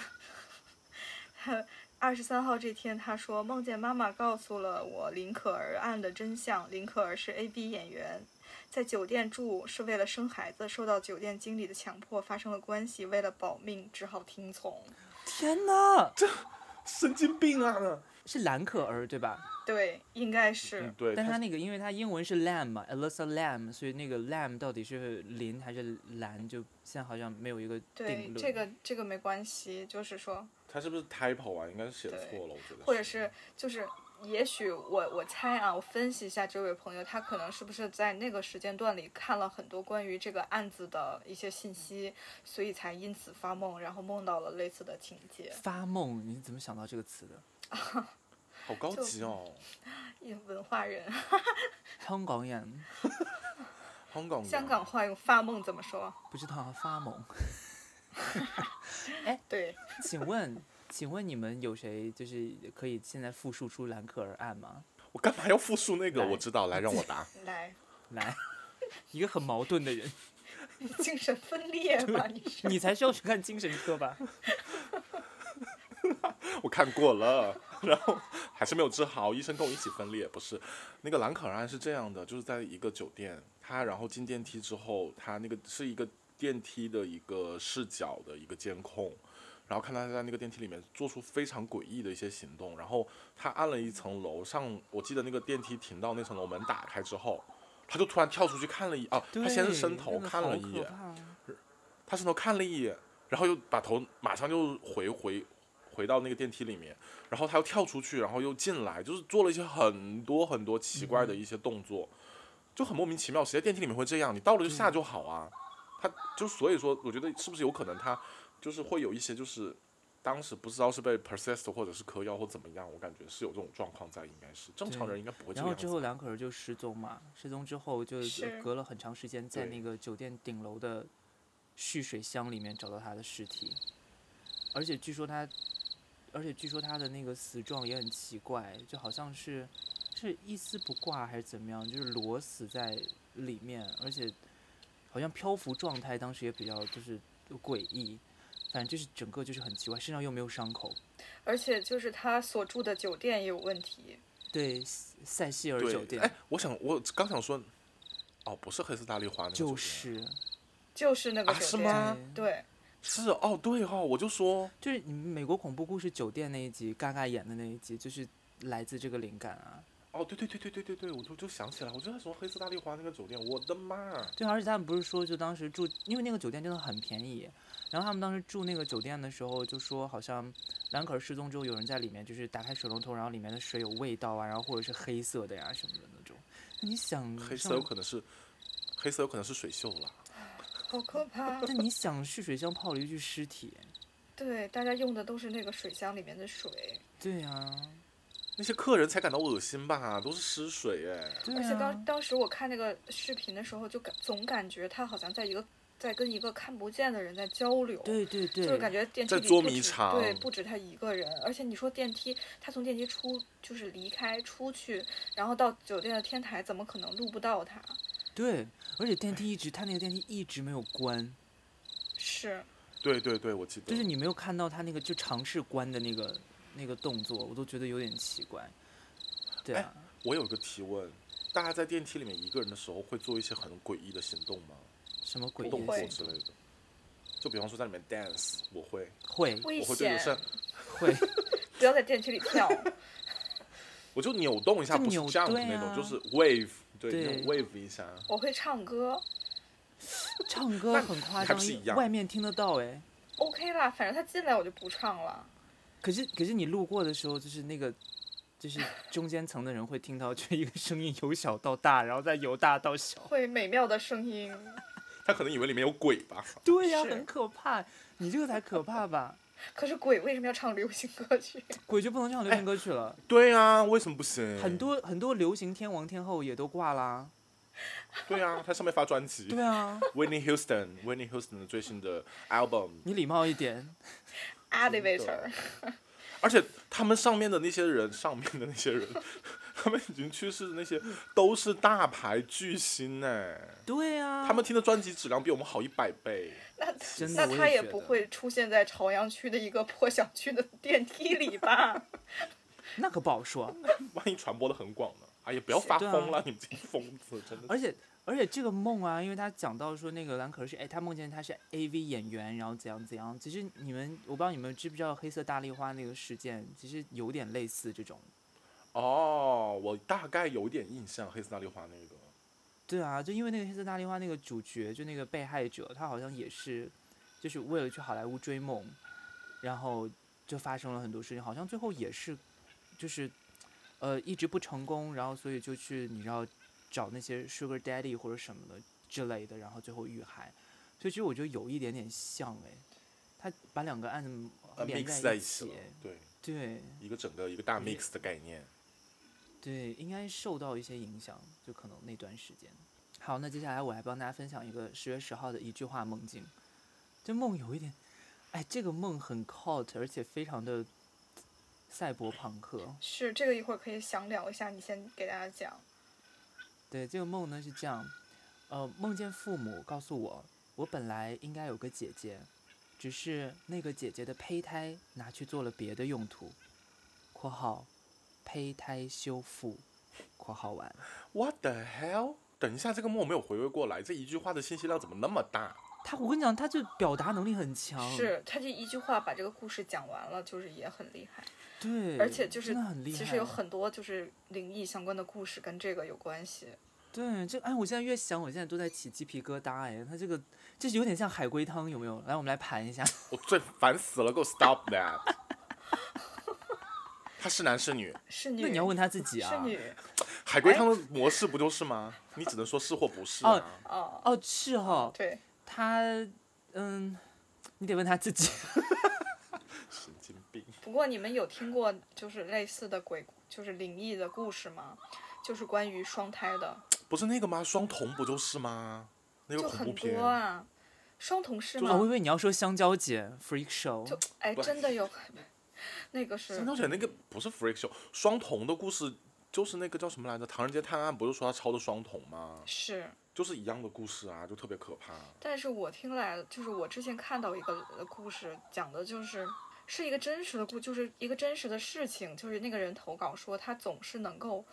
[SPEAKER 3] 二十三号这天，他说梦见妈妈告诉了我林可儿案的真相。林可儿是 A B 演员，在酒店住是为了生孩子，受到酒店经理的强迫发生了关系，为了保命只好听从。
[SPEAKER 2] 天哪！
[SPEAKER 1] 神经病啊！
[SPEAKER 2] 是兰可儿对吧？
[SPEAKER 3] 对，应该是、
[SPEAKER 1] 嗯，对，
[SPEAKER 2] 但
[SPEAKER 1] 它
[SPEAKER 2] 她那个因为她英文是 Lam 嘛，Elsa Lam，所以那个 Lam 到底是林还是兰，就现在好像没有一个定
[SPEAKER 3] 对
[SPEAKER 2] 论。
[SPEAKER 3] 这个这个没关系，就是说，
[SPEAKER 1] 它是不是 typo 啊？应该是写
[SPEAKER 3] 对
[SPEAKER 1] 错了，我觉得。
[SPEAKER 3] 或者是就是，也许我我猜啊，我分析一下这位朋友，他可能是不是在那个时间段里看了很多关于这个案子的一些信息，所以才因此发梦，然后梦到了类似的情节。
[SPEAKER 2] 发梦，你怎么想到这个词的？
[SPEAKER 1] 好高
[SPEAKER 3] 就
[SPEAKER 1] 级哦，
[SPEAKER 3] 一文化人，
[SPEAKER 2] 香港人
[SPEAKER 1] 香港人
[SPEAKER 3] 香港话用发梦怎么说？
[SPEAKER 2] 不知道啊发梦。
[SPEAKER 3] 对，
[SPEAKER 2] 请问，请问你们有谁就是可以现在复述出兰可儿案吗？
[SPEAKER 1] 我干嘛要复述那个？
[SPEAKER 2] 来
[SPEAKER 1] 我知道，来让我答。
[SPEAKER 3] 来，
[SPEAKER 2] 来， 一个很矛盾的人，
[SPEAKER 3] 你精神分裂吧，你是。
[SPEAKER 2] 你才需要去看精神科吧？
[SPEAKER 1] 我看过了，然后还是没有治好，医生跟我一起分裂。不是，那个兰可儿啊案是这样的，就是在一个酒店，他然后进电梯之后，他那个是一个电梯的一个视角的一个监控，然后看他在那个电梯里面做出非常诡异的一些行动，然后他按了一层楼上，我记得那个电梯停到那层楼门打开之后。他就突然跳出去看了一啊，他先是伸头看了一眼，他伸头看了一眼，然后又把头马上又回回回到那个电梯里面，然后他又跳出去，然后又进来，就是做了一些很多很多奇怪的一些动作，就很莫名其妙。谁在电梯里面会这样？你到了就下就好啊。他就所以说，我觉得是不是有可能他就是会有一些就是。当时不知道是被 persist 或者是嗑药或怎么样，我感觉是有这种状况在，应该是正常人应该不会这个
[SPEAKER 2] 然后
[SPEAKER 1] 样子
[SPEAKER 2] 之
[SPEAKER 1] 吧。
[SPEAKER 2] 后，兰可儿就失踪嘛，失踪之后就是隔了很长时间，在
[SPEAKER 1] 对
[SPEAKER 2] 那个酒店顶楼的蓄水箱里面找到她的尸体，而且据说她，而且据说她的那个死状也很奇怪，就好像是是一丝不挂还是怎么样，就是裸死在里面，而且好像漂浮状态，当时也比较就是诡异，反正就是整个就是很奇怪，身上又没有伤口。
[SPEAKER 3] 而且就是他所住的酒店也有问题，
[SPEAKER 2] 对，塞塞西尔
[SPEAKER 1] 对，
[SPEAKER 2] 酒店
[SPEAKER 1] 哎，我想我刚想说，哦，不是黑色大丽花那个酒
[SPEAKER 2] 就
[SPEAKER 1] 店
[SPEAKER 2] 是。
[SPEAKER 3] 就是那个
[SPEAKER 1] 啊是
[SPEAKER 3] 酒店。
[SPEAKER 1] 吗
[SPEAKER 2] 对
[SPEAKER 3] 对，
[SPEAKER 1] 是哦，对哦，我就说
[SPEAKER 2] 就是你们美国恐怖故事酒店那一集，嘎嘎演的那一集，就是来自这个灵感啊。
[SPEAKER 1] 哦，对对对对对对对，我就就想起来，我就在说黑色大丽花那个酒店，我的妈！
[SPEAKER 2] 对，而且他们不是说，就当时住，因为那个酒店真的很便宜。然后他们当时住那个酒店的时候，就说好像兰可儿失踪之后，有人在里面就是打开水龙头，然后里面的水有味道啊，然后或者是黑色的呀什么的那种。那你想
[SPEAKER 1] 黑色
[SPEAKER 2] 上
[SPEAKER 1] 有可能是黑色有可能是水锈了，
[SPEAKER 3] 好可怕。
[SPEAKER 2] 但你想蓄水箱泡了一具尸体，
[SPEAKER 3] 对，大家用的都是那个水箱里面的水，
[SPEAKER 2] 对啊，
[SPEAKER 1] 那些客人才感到恶心吧，都是湿水哎。
[SPEAKER 2] 对
[SPEAKER 3] 而且当
[SPEAKER 2] 啊，
[SPEAKER 3] 当时我看那个视频的时候，就感总感觉他好像在一个在跟一个看不见的人在交流，
[SPEAKER 2] 对对对，
[SPEAKER 3] 就是感觉电梯
[SPEAKER 1] 在
[SPEAKER 3] 里
[SPEAKER 1] 捉
[SPEAKER 3] 不
[SPEAKER 1] 迷
[SPEAKER 3] 止
[SPEAKER 1] 藏
[SPEAKER 3] 对，不止他一个人。而且你说电梯，他从电梯出就是离开出去，然后到酒店的天台，怎么可能录不到他？
[SPEAKER 2] 对，而且电梯一直，他那个电梯一直没有关。
[SPEAKER 3] 是，
[SPEAKER 1] 对对对，我记得。
[SPEAKER 2] 就是你没有看到他那个就尝试关的那个那个动作，我都觉得有点奇怪。对啊，
[SPEAKER 1] 我有一个提问，大家在电梯里面一个人的时候会做一些很诡异的行动吗？
[SPEAKER 2] 什么鬼
[SPEAKER 1] 动
[SPEAKER 3] 不
[SPEAKER 1] 作
[SPEAKER 3] 会
[SPEAKER 1] 之类的。就比方说在里面 dance，我会，
[SPEAKER 2] 会
[SPEAKER 3] 危
[SPEAKER 1] 我会对着
[SPEAKER 3] 险，
[SPEAKER 1] 扇，
[SPEAKER 2] 会，
[SPEAKER 3] 不要在电梯里跳。
[SPEAKER 1] 我就扭动一下，
[SPEAKER 2] 就
[SPEAKER 1] 不是
[SPEAKER 2] 扭
[SPEAKER 1] jump
[SPEAKER 2] 对
[SPEAKER 1] 那种，
[SPEAKER 2] 啊
[SPEAKER 1] 就是 wave，对，
[SPEAKER 2] 对
[SPEAKER 1] 那种 wave 一下。
[SPEAKER 3] 我会唱歌
[SPEAKER 2] 唱歌很夸
[SPEAKER 1] 还
[SPEAKER 2] 张
[SPEAKER 1] 不是一，样
[SPEAKER 2] 外面听得到哎。
[SPEAKER 3] ，OK 啦，反正他进来我就不唱了。
[SPEAKER 2] 可是可是你路过的时候，就是那个就是中间层的人会听到，就一个声音由小到大，然后再由大到小。
[SPEAKER 3] 会美妙的声音，
[SPEAKER 1] 他可能以为里面有鬼吧。
[SPEAKER 2] 对呀、
[SPEAKER 3] 是
[SPEAKER 2] 很可怕。你这个才可怕吧？
[SPEAKER 3] 可是鬼为什么要唱流行歌曲？
[SPEAKER 2] 鬼就不能唱流行歌曲了，
[SPEAKER 1] 对啊，为什么不行？
[SPEAKER 2] 很。多很多流行天王天后也都挂啦。
[SPEAKER 1] 对啊，他上面发专辑。
[SPEAKER 2] 对啊，
[SPEAKER 1] Whitney Houston，Whitney Houston 的最新的 album，
[SPEAKER 2] 你礼貌一点。
[SPEAKER 3] elevator
[SPEAKER 1] 的。而且他们上面的那些人，上面的那些人， 他们已经去世的那些都是大牌巨星哎，
[SPEAKER 2] 对啊，
[SPEAKER 1] 他们听的专辑质量比我们好一百倍。
[SPEAKER 3] 那
[SPEAKER 2] 真
[SPEAKER 3] 那
[SPEAKER 2] 的我
[SPEAKER 3] 他
[SPEAKER 2] 也
[SPEAKER 3] 也
[SPEAKER 2] 觉
[SPEAKER 3] 不
[SPEAKER 2] 得
[SPEAKER 3] 会出现在朝阳区的一个破小区的电梯里吧？
[SPEAKER 2] 那可不好说。
[SPEAKER 1] 万一传播的很广呢？哎呀，不要发
[SPEAKER 2] 对啊
[SPEAKER 1] 疯了，你们这些疯子，真的
[SPEAKER 2] 而且而且这个梦啊，因为他讲到说那个蓝可儿是哎，他梦见他是 A V 演员，然后怎样怎样。其实你们我不知道你们知不知道黑色大丽花那个事件，其实有点类似这种。
[SPEAKER 1] 哦，我大概有点印象，黑色大丽花那个，
[SPEAKER 2] 对啊，就因为那个黑色大丽花那个主角，就那个被害者，他好像也是，就是为了去好莱坞追梦，然后就发生了很多事情，好像最后也是，就是，呃，一直不成功，然后所以就去你知道找那些 sugar daddy 或者什么的之类的，然后最后遇害，所以其实我觉得有一点点像哎，他把两个案子
[SPEAKER 1] 呃
[SPEAKER 2] 哦连
[SPEAKER 1] ，mix 在
[SPEAKER 2] 一
[SPEAKER 1] 一起了，对，
[SPEAKER 2] 对
[SPEAKER 1] 一个整个一个大
[SPEAKER 2] 嗯
[SPEAKER 1] mix 的概念。
[SPEAKER 2] 对，应该受到一些影响，就可能那段时间。好，那接下来我来帮大家分享一个十月十号的一句话梦境。这梦有一点，哎，这个梦很 cult，而且非常的赛博朋克。
[SPEAKER 3] 是这个一会儿可以详聊一下，你先给大家讲。
[SPEAKER 2] 对，这个梦呢是这样，呃，梦见父母告诉我，我本来应该有个姐姐，只是那个姐姐的胚胎拿去做了别的用途（括号胚胎修复）（括号完）。
[SPEAKER 1] What the hell？等一下，这个梦我没有回味过来，这一句话的信息量怎么那么大？
[SPEAKER 2] 他，我跟你讲，他就表达能力很强，
[SPEAKER 3] 是他这一句话把这个故事讲完了，就是也很厉害，
[SPEAKER 2] 对，
[SPEAKER 3] 而且就是
[SPEAKER 2] 真的很厉害。啊
[SPEAKER 3] 其实有很多就是灵异相关的故事跟这个有关系。
[SPEAKER 2] 对这，哎，我现在越想，我现在都在起鸡皮疙瘩，哎，他这个这有点像海龟汤，有没有？来，我们来盘一下，
[SPEAKER 1] 我最烦死了，给我 stop that！他是男是女？
[SPEAKER 3] 是女，
[SPEAKER 2] 那你要问他自己啊。
[SPEAKER 3] 是女
[SPEAKER 1] 海龟汤的模式不就是吗？你只能说是或不是啊。
[SPEAKER 3] 哎哦，
[SPEAKER 2] 哦，是哦，
[SPEAKER 3] 对，
[SPEAKER 2] 他，嗯，你得问他自己。
[SPEAKER 1] 神经病！
[SPEAKER 3] 不过你们有听过就是类似的鬼，就是灵异的故事吗？就是关于双胎的，
[SPEAKER 1] 不是那个吗？双瞳不就是吗？那个
[SPEAKER 3] 就
[SPEAKER 1] 恐怖
[SPEAKER 3] 很
[SPEAKER 1] 片
[SPEAKER 3] 多，啊。双瞳是
[SPEAKER 2] 哦，我以
[SPEAKER 3] 吗？
[SPEAKER 2] 为你要说香蕉姐 freak show，
[SPEAKER 3] 就哎，
[SPEAKER 1] 不
[SPEAKER 3] 真的有， 那个是
[SPEAKER 1] 三角姐那个不是 freak show，双瞳的故事就是那个叫什么来着？《唐人街探案》不是说他抄的双瞳吗？
[SPEAKER 3] 是，
[SPEAKER 1] 就是一样的故事啊，就特别可怕。
[SPEAKER 3] 但是我听来就是我之前看到一个呃故事，讲的就是是一个真实的故，就是一个真实的事情，就是那个人投稿说他总是能够，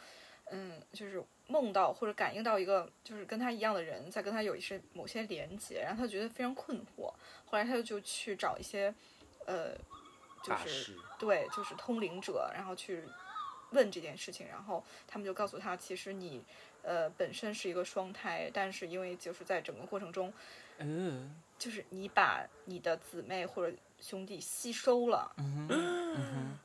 [SPEAKER 3] 嗯，就是梦到或者感应到一个就是跟他一样的人在跟他有一些某些连接，然后他觉得非常困惑，后来他就去找一些，呃，就
[SPEAKER 1] 大
[SPEAKER 3] 是
[SPEAKER 1] 师，
[SPEAKER 3] 对，就是通灵者，然后去问这件事情，然后他们就告诉他，其实你。呃，本身是一个双胎，但是因为就是在整个过程中，
[SPEAKER 2] 嗯
[SPEAKER 3] 就是你把你的姊妹或者兄弟吸收了，
[SPEAKER 2] 嗯哼嗯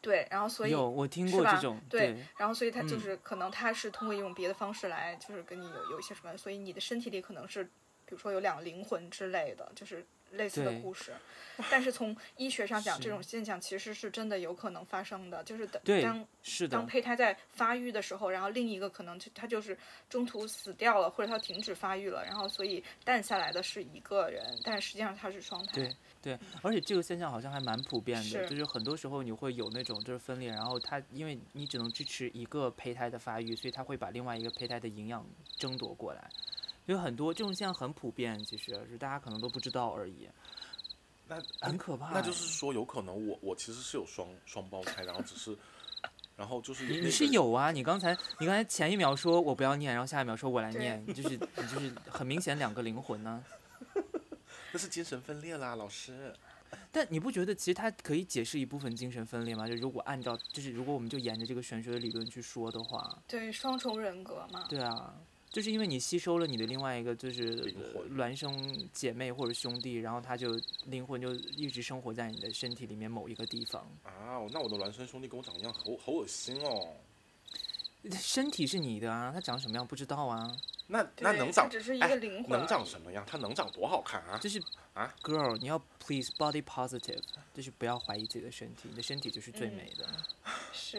[SPEAKER 3] 对，然后所
[SPEAKER 2] 哼，
[SPEAKER 3] 以，
[SPEAKER 2] 有我听
[SPEAKER 3] 是
[SPEAKER 2] 过这
[SPEAKER 3] 吧
[SPEAKER 2] 种，
[SPEAKER 3] 对
[SPEAKER 2] 对
[SPEAKER 3] 然后所以他就
[SPEAKER 2] 嗯
[SPEAKER 3] 是可能他是通过一种别的方式来，就是跟你有有一些什么，所以你的身体里可能是，比如说有两个灵魂之类的，就是类似的
[SPEAKER 2] 对
[SPEAKER 3] 故事。但是从医学上讲，
[SPEAKER 2] 是
[SPEAKER 3] 这种现象其实是真的有可能发生的，就是当
[SPEAKER 2] 对
[SPEAKER 3] 当
[SPEAKER 2] 是的
[SPEAKER 3] 当，胚胎在发育的时候，然后另一个可能就他就是中途死掉了，或者他停止发育了，然后所以诞下来的是一个人，但实际上他是双胎。
[SPEAKER 2] 对对，而且这个现象好像还蛮普遍的，
[SPEAKER 3] 是
[SPEAKER 2] 就是很多时候你会有那种就是分裂，然后它因为你只能支持一个胚胎的发育，所以它会把另外一个胚胎的营养争夺过来。有很多这种现象很普遍，其实是大家可能都不知道而已，
[SPEAKER 1] 那
[SPEAKER 2] 很可怕欸。
[SPEAKER 1] 啊那就是说，有可能我我其实是有双双胞胎，然后只是，然后就是
[SPEAKER 2] 你
[SPEAKER 1] 那
[SPEAKER 2] 你是
[SPEAKER 1] 个
[SPEAKER 2] 有啊，你刚才你刚才前一秒说我不要念，然后下一秒说我来
[SPEAKER 3] 对
[SPEAKER 2] 念，你就是你就是很明显两个灵魂呢、
[SPEAKER 1] 那是精神分裂啦，老师。
[SPEAKER 2] 但你不觉得其实它可以解释一部分精神分裂吗？就如果按照就是如果我们就沿着这个玄学的理论去说的话，
[SPEAKER 3] 对，双重人格嘛。
[SPEAKER 2] 对啊，就是因为你吸收了你的另外一个就是
[SPEAKER 1] 灵
[SPEAKER 2] 呃
[SPEAKER 1] 魂
[SPEAKER 2] 孪生姐妹或者兄弟，然后他就灵魂就一直生活在你的身体里面某一个地方。
[SPEAKER 1] 啊，那我的孪生兄弟跟我长一样，好好恶心哦。
[SPEAKER 2] 身体是你的啊，他长什么样不知道啊。
[SPEAKER 1] 那那
[SPEAKER 3] 对
[SPEAKER 1] 能
[SPEAKER 3] 它
[SPEAKER 1] 长
[SPEAKER 3] 只是一
[SPEAKER 1] 哎
[SPEAKER 3] 个灵魂而已，
[SPEAKER 1] 能长什么样？他能长多好看啊！
[SPEAKER 2] 就是
[SPEAKER 1] 啊
[SPEAKER 2] ，girl，你要 please body positive，就是不要怀疑自己的身体，你的身体就是最
[SPEAKER 1] 嗯
[SPEAKER 2] 美的。
[SPEAKER 3] 是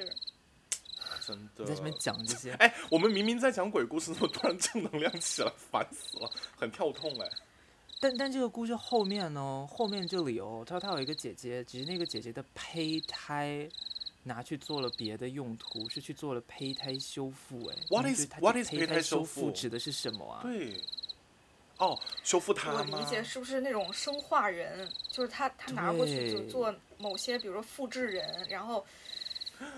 [SPEAKER 1] 真
[SPEAKER 2] 你在这边
[SPEAKER 1] 的。，
[SPEAKER 2] 讲这些
[SPEAKER 1] 哎，我们明明在讲鬼故事，怎么突然正能量起来？烦死了，很跳痛哎。
[SPEAKER 2] 但但这个故事后面呢，后面这里哦，他说他有一个姐姐，只是那个姐姐的胚胎。拿去做了别的用途，是去做了胚胎修复、哎
[SPEAKER 1] What
[SPEAKER 2] 你
[SPEAKER 1] is-
[SPEAKER 2] 觉得它
[SPEAKER 1] what
[SPEAKER 2] 这
[SPEAKER 1] is
[SPEAKER 2] 胚
[SPEAKER 1] 胚
[SPEAKER 2] 胎
[SPEAKER 1] 胎
[SPEAKER 2] 修
[SPEAKER 1] 修
[SPEAKER 2] 复
[SPEAKER 1] 复
[SPEAKER 2] 指的是什么啊？
[SPEAKER 1] 对。哦，修复他
[SPEAKER 3] 我
[SPEAKER 1] 吗
[SPEAKER 3] 理？解是不是那种生化人？就是他他拿过去就
[SPEAKER 2] 对
[SPEAKER 3] 做某些，比如说复制人，然后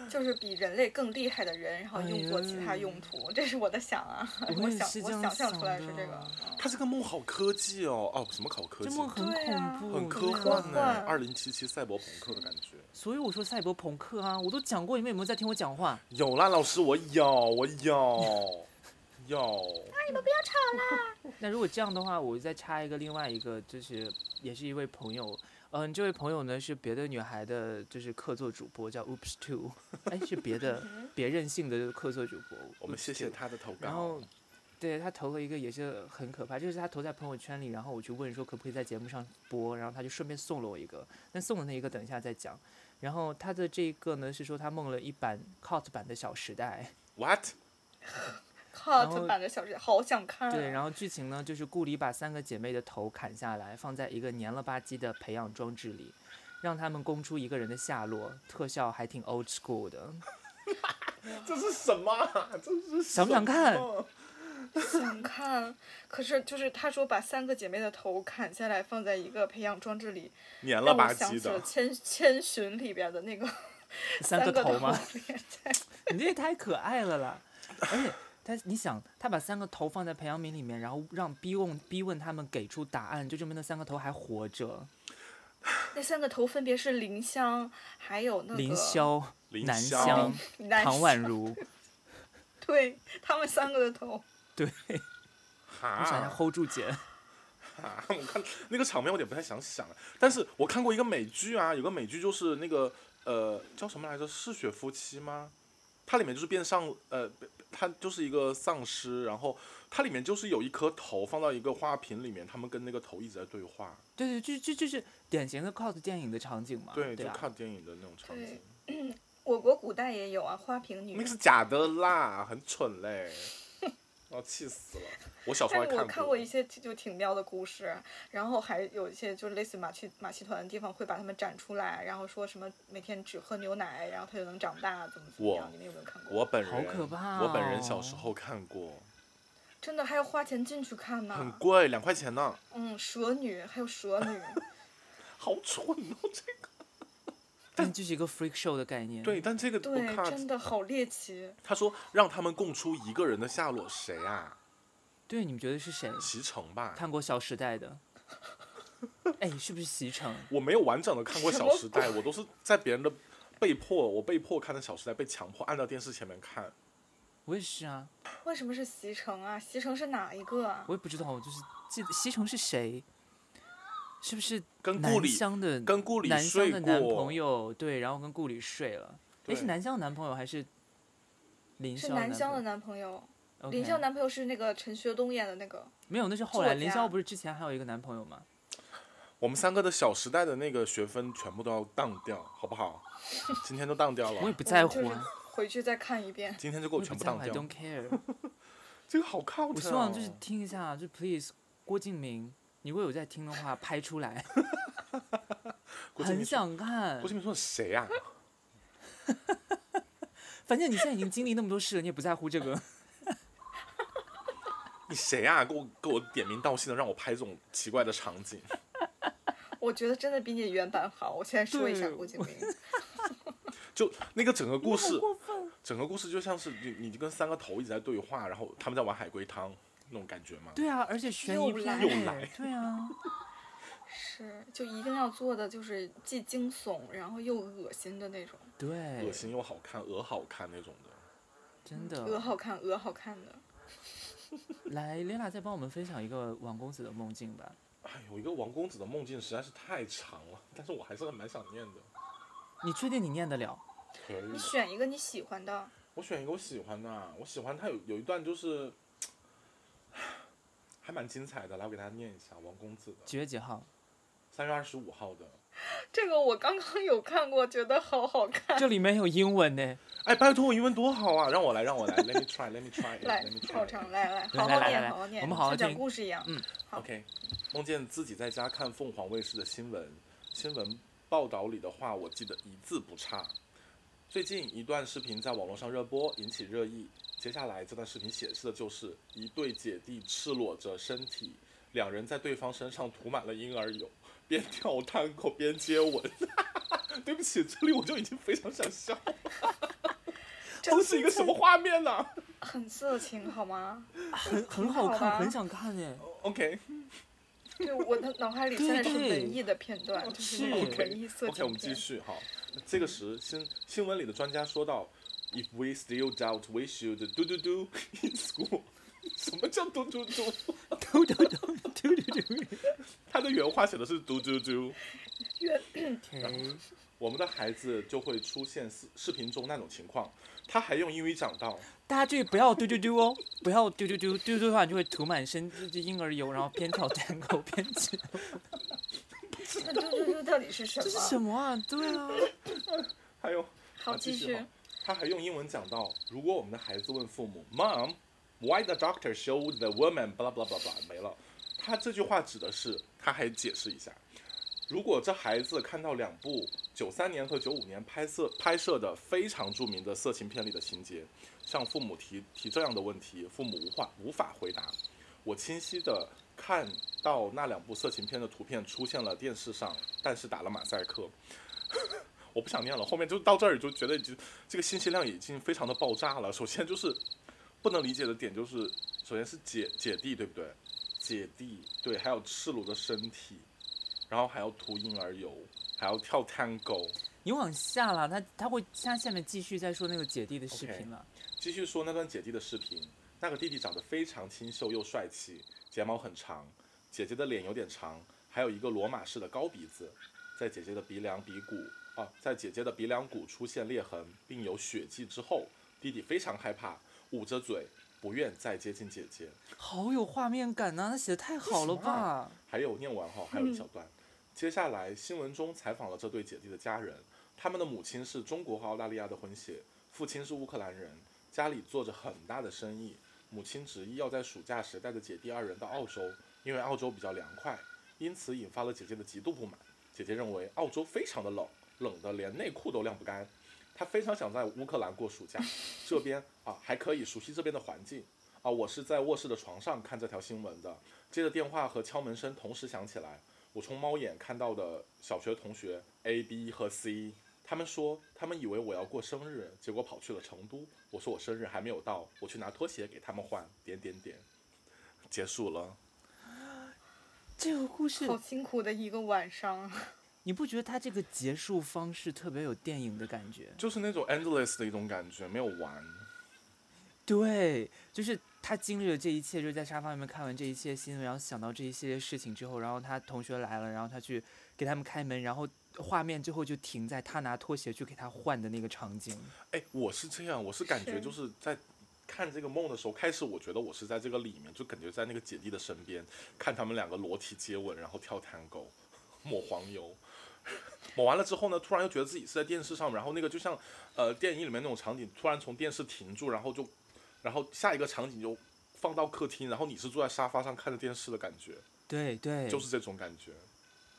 [SPEAKER 3] 就是比人类更厉害的人，然后用作其他用途，这是我的想啊，
[SPEAKER 2] 哎我
[SPEAKER 3] 我
[SPEAKER 2] 也
[SPEAKER 3] 想
[SPEAKER 2] 是这
[SPEAKER 3] 我
[SPEAKER 2] 样
[SPEAKER 3] 想象出来
[SPEAKER 2] 想
[SPEAKER 3] 是
[SPEAKER 2] 的
[SPEAKER 3] 这个，嗯
[SPEAKER 1] 他这个梦好科技哦，哦，什么考科
[SPEAKER 2] 这
[SPEAKER 1] 技？
[SPEAKER 2] 梦很
[SPEAKER 3] 对啊
[SPEAKER 2] 恐怖，
[SPEAKER 1] 很科
[SPEAKER 2] 对
[SPEAKER 1] 幻欸呢、
[SPEAKER 3] 幻
[SPEAKER 1] 二零七七赛博朋克的感觉。
[SPEAKER 2] 所以我说赛博朋克啊，我都讲过，你们有没有在听我讲话？
[SPEAKER 1] 有啦，老师，我有，我 有，有。
[SPEAKER 2] 那如果这样的话，我再插一个另外一个，就是也是一位朋友，嗯，这位朋友呢是别的女孩的，就是客座主播，叫 Oops Two，哎，是别的别任性的客座主播。
[SPEAKER 1] 我们
[SPEAKER 2] Oops
[SPEAKER 1] 谢谢
[SPEAKER 2] Two
[SPEAKER 1] 他的投稿。
[SPEAKER 2] 然后，对他投了一个也是很可怕，就是他投在朋友圈里，然后我去问说可不可以在节目上播，然后他就顺便送了我一个，但送的那一个等一下再讲。然后他的这一个呢是说他梦了一版 cult 版的《小时代》。
[SPEAKER 1] What？
[SPEAKER 2] 然后
[SPEAKER 3] cut 版的小时代好想看啊，
[SPEAKER 2] 对，然后剧情呢，就是顾里把三个姐妹的头砍下来，放在一个黏了吧唧的培养装置里，让他们供出一个人的下落。特效还挺 old school 的，
[SPEAKER 1] 这是什么啊？嗯这是
[SPEAKER 2] 想不想看
[SPEAKER 1] 什么
[SPEAKER 3] 想看，可是就是他说把三个姐妹的头砍下来放在一个培养装置里，
[SPEAKER 1] 黏了
[SPEAKER 3] 让
[SPEAKER 1] 吧
[SPEAKER 3] 我想
[SPEAKER 1] 唧
[SPEAKER 3] 起了
[SPEAKER 1] 的，
[SPEAKER 3] 《千千寻》里边的那个
[SPEAKER 2] 三个头吗？
[SPEAKER 3] 里面对
[SPEAKER 2] 你这也太可爱了啦！而且他，你想，他把三个头放在培养皿里面，然后让逼问逼问他们给出答案，就证明那三个头还活着。
[SPEAKER 3] 那三个头分别是林香，还有那个
[SPEAKER 2] 林霄、
[SPEAKER 1] 林
[SPEAKER 2] 南
[SPEAKER 1] 霄
[SPEAKER 2] 湘、
[SPEAKER 3] 南
[SPEAKER 2] 唐宛 如，
[SPEAKER 3] 对他们三个的头，
[SPEAKER 2] 对，
[SPEAKER 3] 啊
[SPEAKER 2] 我想要
[SPEAKER 1] 哈
[SPEAKER 2] hold 住姐。
[SPEAKER 1] 哈！我看那个场面，我有点不太想想。但是我看过一个美剧啊，有个美剧就是那个呃叫什么来着，《嗜血夫妻》吗？它里面就是变上呃，它就是一个丧尸，然后它里面就是有一颗头放到一个花瓶里面，他们跟那个头一直在对话，
[SPEAKER 2] 对对，这这这是典型的 cult 电影的场景嘛？
[SPEAKER 1] 对，
[SPEAKER 2] 对啊
[SPEAKER 1] 就
[SPEAKER 2] 吧？
[SPEAKER 1] 看电影的那种场景
[SPEAKER 3] 对。我国古代也有啊，花瓶
[SPEAKER 1] 那
[SPEAKER 3] 女
[SPEAKER 1] 个。是假的啦，很蠢 嘞，哦，气死了！我小时候
[SPEAKER 3] 但
[SPEAKER 1] 还
[SPEAKER 3] 是我
[SPEAKER 1] 看
[SPEAKER 3] 看过一些就挺妙的故事，然后还有一些就是类似马戏马戏团的地方会把他们展出来，然后说什么每天只喝牛奶，然后他就能长大，怎么怎么
[SPEAKER 1] 我
[SPEAKER 3] 样？你们有没有看过？
[SPEAKER 1] 我本人
[SPEAKER 2] 好可怕
[SPEAKER 1] 我本人小
[SPEAKER 2] 哦
[SPEAKER 1] 时候看过，
[SPEAKER 3] 真的还要花钱进去看
[SPEAKER 2] 啊
[SPEAKER 1] 很
[SPEAKER 3] 吗？
[SPEAKER 1] 贵，两块钱 呢，
[SPEAKER 3] 嗯，蛇女还有蛇女，
[SPEAKER 1] 好蠢哦！这个
[SPEAKER 2] 但就是一个 freak show 的概念。
[SPEAKER 1] 对，但这个
[SPEAKER 3] 对
[SPEAKER 1] 不，怕。
[SPEAKER 3] 真的好猎奇。
[SPEAKER 1] 他说让他们供出一个人的下落，谁啊？
[SPEAKER 2] 对，你们觉得是谁？
[SPEAKER 1] 席城吧。
[SPEAKER 2] 看过《小时代》的？哎，是不是席城？
[SPEAKER 1] 我没有完整的看过《
[SPEAKER 3] 什
[SPEAKER 1] 小
[SPEAKER 3] 么
[SPEAKER 1] 时代》，我都是在别人的被迫，我被迫看的《小时代》，被强迫按到电视前面看。
[SPEAKER 2] 我也是啊，
[SPEAKER 3] 为什么是席城啊？席城是哪一个啊
[SPEAKER 2] 我？也不知道，我就是记得席城是谁？是不是
[SPEAKER 1] 跟顾
[SPEAKER 2] 南
[SPEAKER 1] 里，
[SPEAKER 2] 湘的
[SPEAKER 1] 跟顾里
[SPEAKER 2] 南湘
[SPEAKER 1] 睡
[SPEAKER 2] 的
[SPEAKER 1] 过。
[SPEAKER 2] 男朋友？对，然后跟顾里睡了。哎，
[SPEAKER 1] 对
[SPEAKER 2] 是南湘的男朋友还是林
[SPEAKER 3] 是
[SPEAKER 2] 霄
[SPEAKER 3] 南湘的
[SPEAKER 2] 的男
[SPEAKER 3] 男朋友，
[SPEAKER 2] 朋友？
[SPEAKER 3] 林
[SPEAKER 2] OK
[SPEAKER 3] 湘男朋友是那个陈学冬演的那个，
[SPEAKER 2] 没有，那是后
[SPEAKER 3] 作
[SPEAKER 2] 来。林
[SPEAKER 3] 家
[SPEAKER 2] 霄不是之前还有一个男朋友吗？
[SPEAKER 1] 我们三个的《小时代》的那个学分全部都要当掉，好不好？今天都当掉
[SPEAKER 2] 我也
[SPEAKER 1] 了，
[SPEAKER 2] 不
[SPEAKER 3] 我
[SPEAKER 2] 在
[SPEAKER 3] 们就
[SPEAKER 2] 乎
[SPEAKER 3] 是
[SPEAKER 2] 啊，
[SPEAKER 3] 回去再看一遍。
[SPEAKER 1] 今天就给
[SPEAKER 2] 我
[SPEAKER 1] 我
[SPEAKER 2] 也不
[SPEAKER 1] 全部
[SPEAKER 2] 在乎
[SPEAKER 1] 当
[SPEAKER 2] ，I
[SPEAKER 1] 掉
[SPEAKER 2] don't。care。
[SPEAKER 1] 这个好哦 c u
[SPEAKER 2] 我希望
[SPEAKER 3] 哦
[SPEAKER 2] 就是听一下，就 please 郭敬明，你如果有在听的话，拍出来，
[SPEAKER 1] 郭敬
[SPEAKER 2] 很
[SPEAKER 1] 明说，
[SPEAKER 2] 想看
[SPEAKER 1] 郭。敬明说谁啊？
[SPEAKER 2] 反正你现在已经经历那么多事了，你也不在乎这个。
[SPEAKER 1] 你谁啊？给我给我点名道姓的，让我拍这种奇怪的场景。
[SPEAKER 3] 我觉得真的比你原版好。我现在说一下
[SPEAKER 2] 对
[SPEAKER 3] 郭敬明，
[SPEAKER 1] 就那个整个故事，
[SPEAKER 3] 哦
[SPEAKER 1] 整个故事就像是你你跟三个头一直在对话，然后他们在玩海龟汤那种感觉嘛。
[SPEAKER 2] 对啊，而且悬疑
[SPEAKER 3] 又
[SPEAKER 2] 片
[SPEAKER 3] 来
[SPEAKER 1] 又来
[SPEAKER 2] 哎，对啊，
[SPEAKER 3] 是就一定要做的就是既惊悚然后又恶心的那种，
[SPEAKER 1] 恶
[SPEAKER 2] 对，
[SPEAKER 1] 心又好看，鹅好看那种的。
[SPEAKER 2] 真
[SPEAKER 3] 鹅
[SPEAKER 2] 的。
[SPEAKER 3] 好看，鹅好看的。
[SPEAKER 2] 来，l 娜再帮我们分享一个王公子的梦境吧。
[SPEAKER 1] 哎，有一个王公子的梦境实在是太长了，但是我还是很蛮想念的。
[SPEAKER 2] 你确定你念得了？
[SPEAKER 1] 可以
[SPEAKER 3] 你选一个你喜欢的，
[SPEAKER 1] 我选一个我喜欢的啊，我喜欢他有有一段就是， 还蛮精彩的，来我给大家念一下王公子的
[SPEAKER 2] 几月几号？
[SPEAKER 1] 三月二十五号的。
[SPEAKER 3] 这个我刚刚有看过，觉得好好 看。
[SPEAKER 2] 这里面有英文呢。
[SPEAKER 1] 哎，拜托我英文多好啊，让我来，让我来，Let me try，Let me try，Let
[SPEAKER 3] 来
[SPEAKER 1] me，try。
[SPEAKER 3] 赵成，来来，
[SPEAKER 2] 来
[SPEAKER 3] 好
[SPEAKER 2] 来
[SPEAKER 3] 好
[SPEAKER 2] 来
[SPEAKER 3] 念
[SPEAKER 2] 来，
[SPEAKER 3] 好好念，
[SPEAKER 2] 我们好好
[SPEAKER 3] 像讲
[SPEAKER 2] 听
[SPEAKER 3] 故事一样。
[SPEAKER 1] OK，梦见自己在家看凤凰卫视的新闻，新闻报道里的话我记得一字不差。最近一段视频在网络上热播，引起热议。接下来这段视频显示的就是一对姐弟赤裸着身体，两人在对方身上涂满了婴儿油，边跳探戈边接吻。 对不起，这里我就已经非常想笑，
[SPEAKER 3] 啊这
[SPEAKER 1] 这是一个什么画面呢
[SPEAKER 3] 很色情好吗？
[SPEAKER 2] 很很
[SPEAKER 3] 好
[SPEAKER 2] 好啊看，
[SPEAKER 3] 吧
[SPEAKER 2] 很想看哎。
[SPEAKER 1] ？OK
[SPEAKER 3] 对，我的脑海里现在是
[SPEAKER 2] 对对
[SPEAKER 3] 文艺的片段，就是 那种
[SPEAKER 1] OK
[SPEAKER 3] 文艺色情
[SPEAKER 1] OK，
[SPEAKER 3] 片。
[SPEAKER 1] 我们继续哈。这个时新新闻里的专家说到，If we still doubt, we should do do do in school。什 么叫嘟嘟 嘟？
[SPEAKER 2] 嘟嘟嘟嘟嘟嘟。
[SPEAKER 1] 他的原话写的是嘟嘟嘟。
[SPEAKER 2] OK，
[SPEAKER 1] 我们的孩子就会出现视视频中那种情况。他还用英语讲到，
[SPEAKER 2] 大家注意不要嘟嘟嘟哦，不要嘟嘟嘟嘟嘟的话，你就会涂满身这这婴儿油，然后边跳 tango 边吃。
[SPEAKER 3] 那嘟嘟嘟到底是什么？
[SPEAKER 2] 这是什么啊？对啊，
[SPEAKER 1] 还有
[SPEAKER 3] 好，
[SPEAKER 1] 啊
[SPEAKER 3] 继
[SPEAKER 1] 续
[SPEAKER 3] 续
[SPEAKER 1] 哈。。他还用英文讲到，如果我们的孩子问父母，Mom, why the doctor showed the woman blah blah blah blah 没了。他这句话指的是，他还解释一下，如果这孩子看到两部九三年和九五年拍摄拍摄的非常著名的色情片里的情节，向父母提提这样的问题，父母无法无法回答。我清晰的看到那两部色情片的图片出现了电视上，但是打了马赛克。 我不想念了，后面就到这儿就觉得已经这个信息量已经非常的爆炸了。首 先就是不能理解的点就是，首先是姐姐弟对不对？姐弟对，还有赤裸的身体，然后还要涂婴儿油，还要跳 tango。
[SPEAKER 2] 你往下啦，他他会他下面继续再说那个姐弟的视
[SPEAKER 1] OK
[SPEAKER 2] 频了。
[SPEAKER 1] 继续说那段姐弟的视频，那个弟弟长得非常清秀又帅气，睫毛很长，姐姐的脸有点长，还有一个罗马式的高鼻子，在姐姐的鼻梁鼻骨啊，在姐姐的鼻梁骨出现裂痕并有血迹之后，弟弟非常害怕，捂着嘴不愿再接近姐姐。
[SPEAKER 2] 好有画面感呐、他写的太好了
[SPEAKER 1] 什么啊
[SPEAKER 2] 吧？
[SPEAKER 1] 还有念完后还有一小段。接下来新闻中采访了这对姐弟的家人，他们的母亲是中国和澳大利亚的混血，父亲是乌克兰人，家里做着很大的生意。母亲执意要在暑假时带着姐弟二人到澳洲，因为澳洲比较凉快，因此引发了姐姐的极度不满。姐姐认为澳洲非常的冷，冷的连内裤都晾不干。她非常想在乌克兰过暑假，这边啊还可以熟悉这边的环境啊。我是在卧室的床上看这条新闻的，接着电话和敲门声同时响起来，我从猫眼看到的小学同学 A、B 和 C，他们说他们以为我要过生日，结果跑去了成都。我说我生日还没有到，我去拿拖鞋给他们换。点点点，结束了。
[SPEAKER 2] 这个故事
[SPEAKER 3] 好辛苦的一个晚上，
[SPEAKER 2] 你不觉得他这个结束方式特别有电影的感觉？
[SPEAKER 1] 就是那种 endless 的一种感觉，没有完。
[SPEAKER 2] 对，就是他经历了这一切，就是在沙发上面看完这一切新闻，然后想到这一些事情之后，然后他同学来了，然后他去给他们开门，然后画面最后就停在他拿拖鞋去给他换的那个场景。
[SPEAKER 1] 哎，我是这样，我是感觉
[SPEAKER 3] 是
[SPEAKER 1] 就是在看这个梦的时候，开始我觉得我是在这个里面，就感觉在那个姐弟的身边，看他们两个裸体接吻，然后跳探戈，抹黄油。 抹完了之后呢，突然又觉得自己是在电视上，然后那个就像呃电影里面那种场景，突然从电视停住，然后就，然后下一个场景就放到客厅，然后你是坐在沙发上看着电视的感觉，
[SPEAKER 2] 对对，
[SPEAKER 1] 就是这种感觉。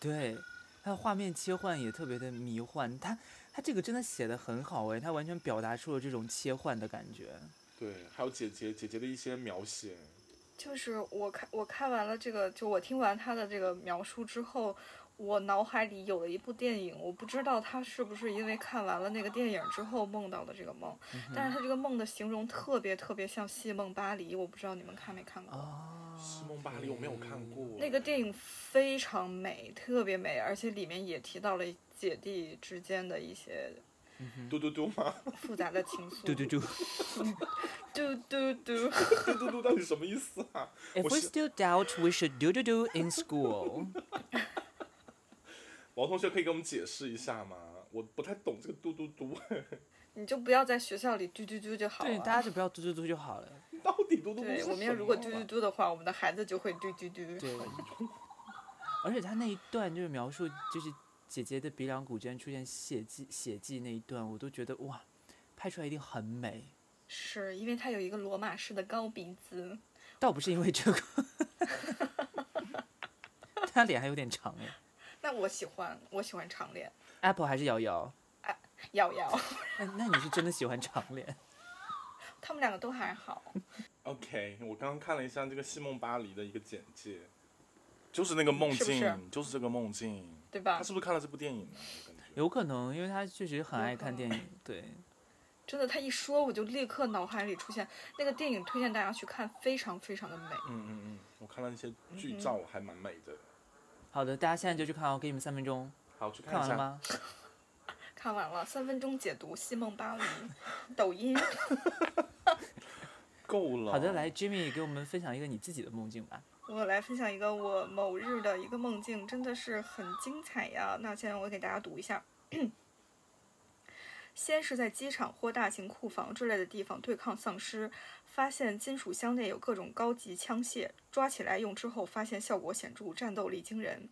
[SPEAKER 2] 对，它的画面切换也特别的迷幻，它它这个真的写的很好哎，它完全表达出了这种切换的感觉。
[SPEAKER 1] 对，还有姐姐姐姐的一些描写，
[SPEAKER 3] 就是我看我看完了这个，就我听完他的这个描述之后，我脑海里有了一部电影，我不知道他是不是因为看完了那个电影之后梦到的这个梦，
[SPEAKER 2] 嗯
[SPEAKER 3] 但是他这个梦的形容特别特别像《戏梦巴黎》，我不知道你们看没看过。
[SPEAKER 2] 哦，
[SPEAKER 1] 《西蒙巴黎》我没有看过。
[SPEAKER 3] 那个电影非常美，特别美，而且里面也提到了姐弟之间的一些
[SPEAKER 1] 嘟嘟嘟吗？
[SPEAKER 3] 复杂的情 愫。
[SPEAKER 2] 嘟嘟嘟。
[SPEAKER 3] 嘟嘟嘟，
[SPEAKER 1] 嘟嘟嘟到底什么意思啊？
[SPEAKER 2] If
[SPEAKER 1] 我
[SPEAKER 2] we
[SPEAKER 1] 是
[SPEAKER 2] still doubt, we should do do do in school 。
[SPEAKER 1] 王同学可以给我们解释一下吗？我不太懂这个嘟嘟嘟，
[SPEAKER 3] 你就不要在学校里嘟嘟嘟就
[SPEAKER 1] 啊
[SPEAKER 3] 好了。
[SPEAKER 2] 对，大家就不要嘟嘟嘟就好了。
[SPEAKER 1] 到底嘟嘟嘟
[SPEAKER 3] 对
[SPEAKER 1] 是
[SPEAKER 3] 我们要
[SPEAKER 1] 什
[SPEAKER 3] 如果
[SPEAKER 1] 么
[SPEAKER 3] 嘟
[SPEAKER 1] 啊
[SPEAKER 3] 嘟嘟的话，我们的孩子就会嘟嘟嘟。
[SPEAKER 2] 对， 而且他那一段就是描述，就是姐姐的鼻梁骨之间出现血迹，血迹那一段，我都觉得哇，拍出来一定很美。
[SPEAKER 3] 是因为他有一个罗马式的高鼻子，
[SPEAKER 2] 倒不是因为这个，他脸还有点长哎。
[SPEAKER 3] 那我喜欢，我喜欢长脸，
[SPEAKER 2] Apple 还是瑶瑶？
[SPEAKER 3] 瑶瑶，
[SPEAKER 2] 那那你是真的喜欢长脸？
[SPEAKER 3] 他们两个都还好。
[SPEAKER 1] OK，我刚刚看了一下这个《戏梦巴黎》的一个简介，就是那个梦
[SPEAKER 3] 是不
[SPEAKER 1] 境，
[SPEAKER 3] 是
[SPEAKER 1] 就是这个梦境，
[SPEAKER 3] 对
[SPEAKER 1] 他
[SPEAKER 3] 吧？
[SPEAKER 1] 是不是看了这部电影呢？我感觉
[SPEAKER 2] 有可能，因为他确实很
[SPEAKER 3] 有
[SPEAKER 2] 爱
[SPEAKER 3] 可
[SPEAKER 2] 看电
[SPEAKER 3] 能
[SPEAKER 2] 影，对，
[SPEAKER 3] 真的，他一说我就立刻脑海里出现那个电影，推荐大家去看，非常非常的美。
[SPEAKER 1] 嗯嗯嗯，我看了那些剧
[SPEAKER 3] 嗯
[SPEAKER 1] 照，还蛮美的。
[SPEAKER 2] 好的，大家现在就去看哦，给你们三分钟。
[SPEAKER 1] 好，去
[SPEAKER 2] 看
[SPEAKER 1] 一
[SPEAKER 2] 完了
[SPEAKER 1] 下。
[SPEAKER 2] 吗？
[SPEAKER 3] 看完了，三分钟解读《西梦巴黎》，抖音。
[SPEAKER 1] 够了。
[SPEAKER 2] 好的，来。Jimmy 给我们分享一个你自己的梦境吧。
[SPEAKER 3] 我来分享一个我某日的一个梦境，真的是很精彩呀。那现在我给大家读一下。先是在机场或大型库房之类的地方对抗丧尸，发现金属箱内有各种高级枪械，抓起来用之后发现效果显著，战斗力惊人。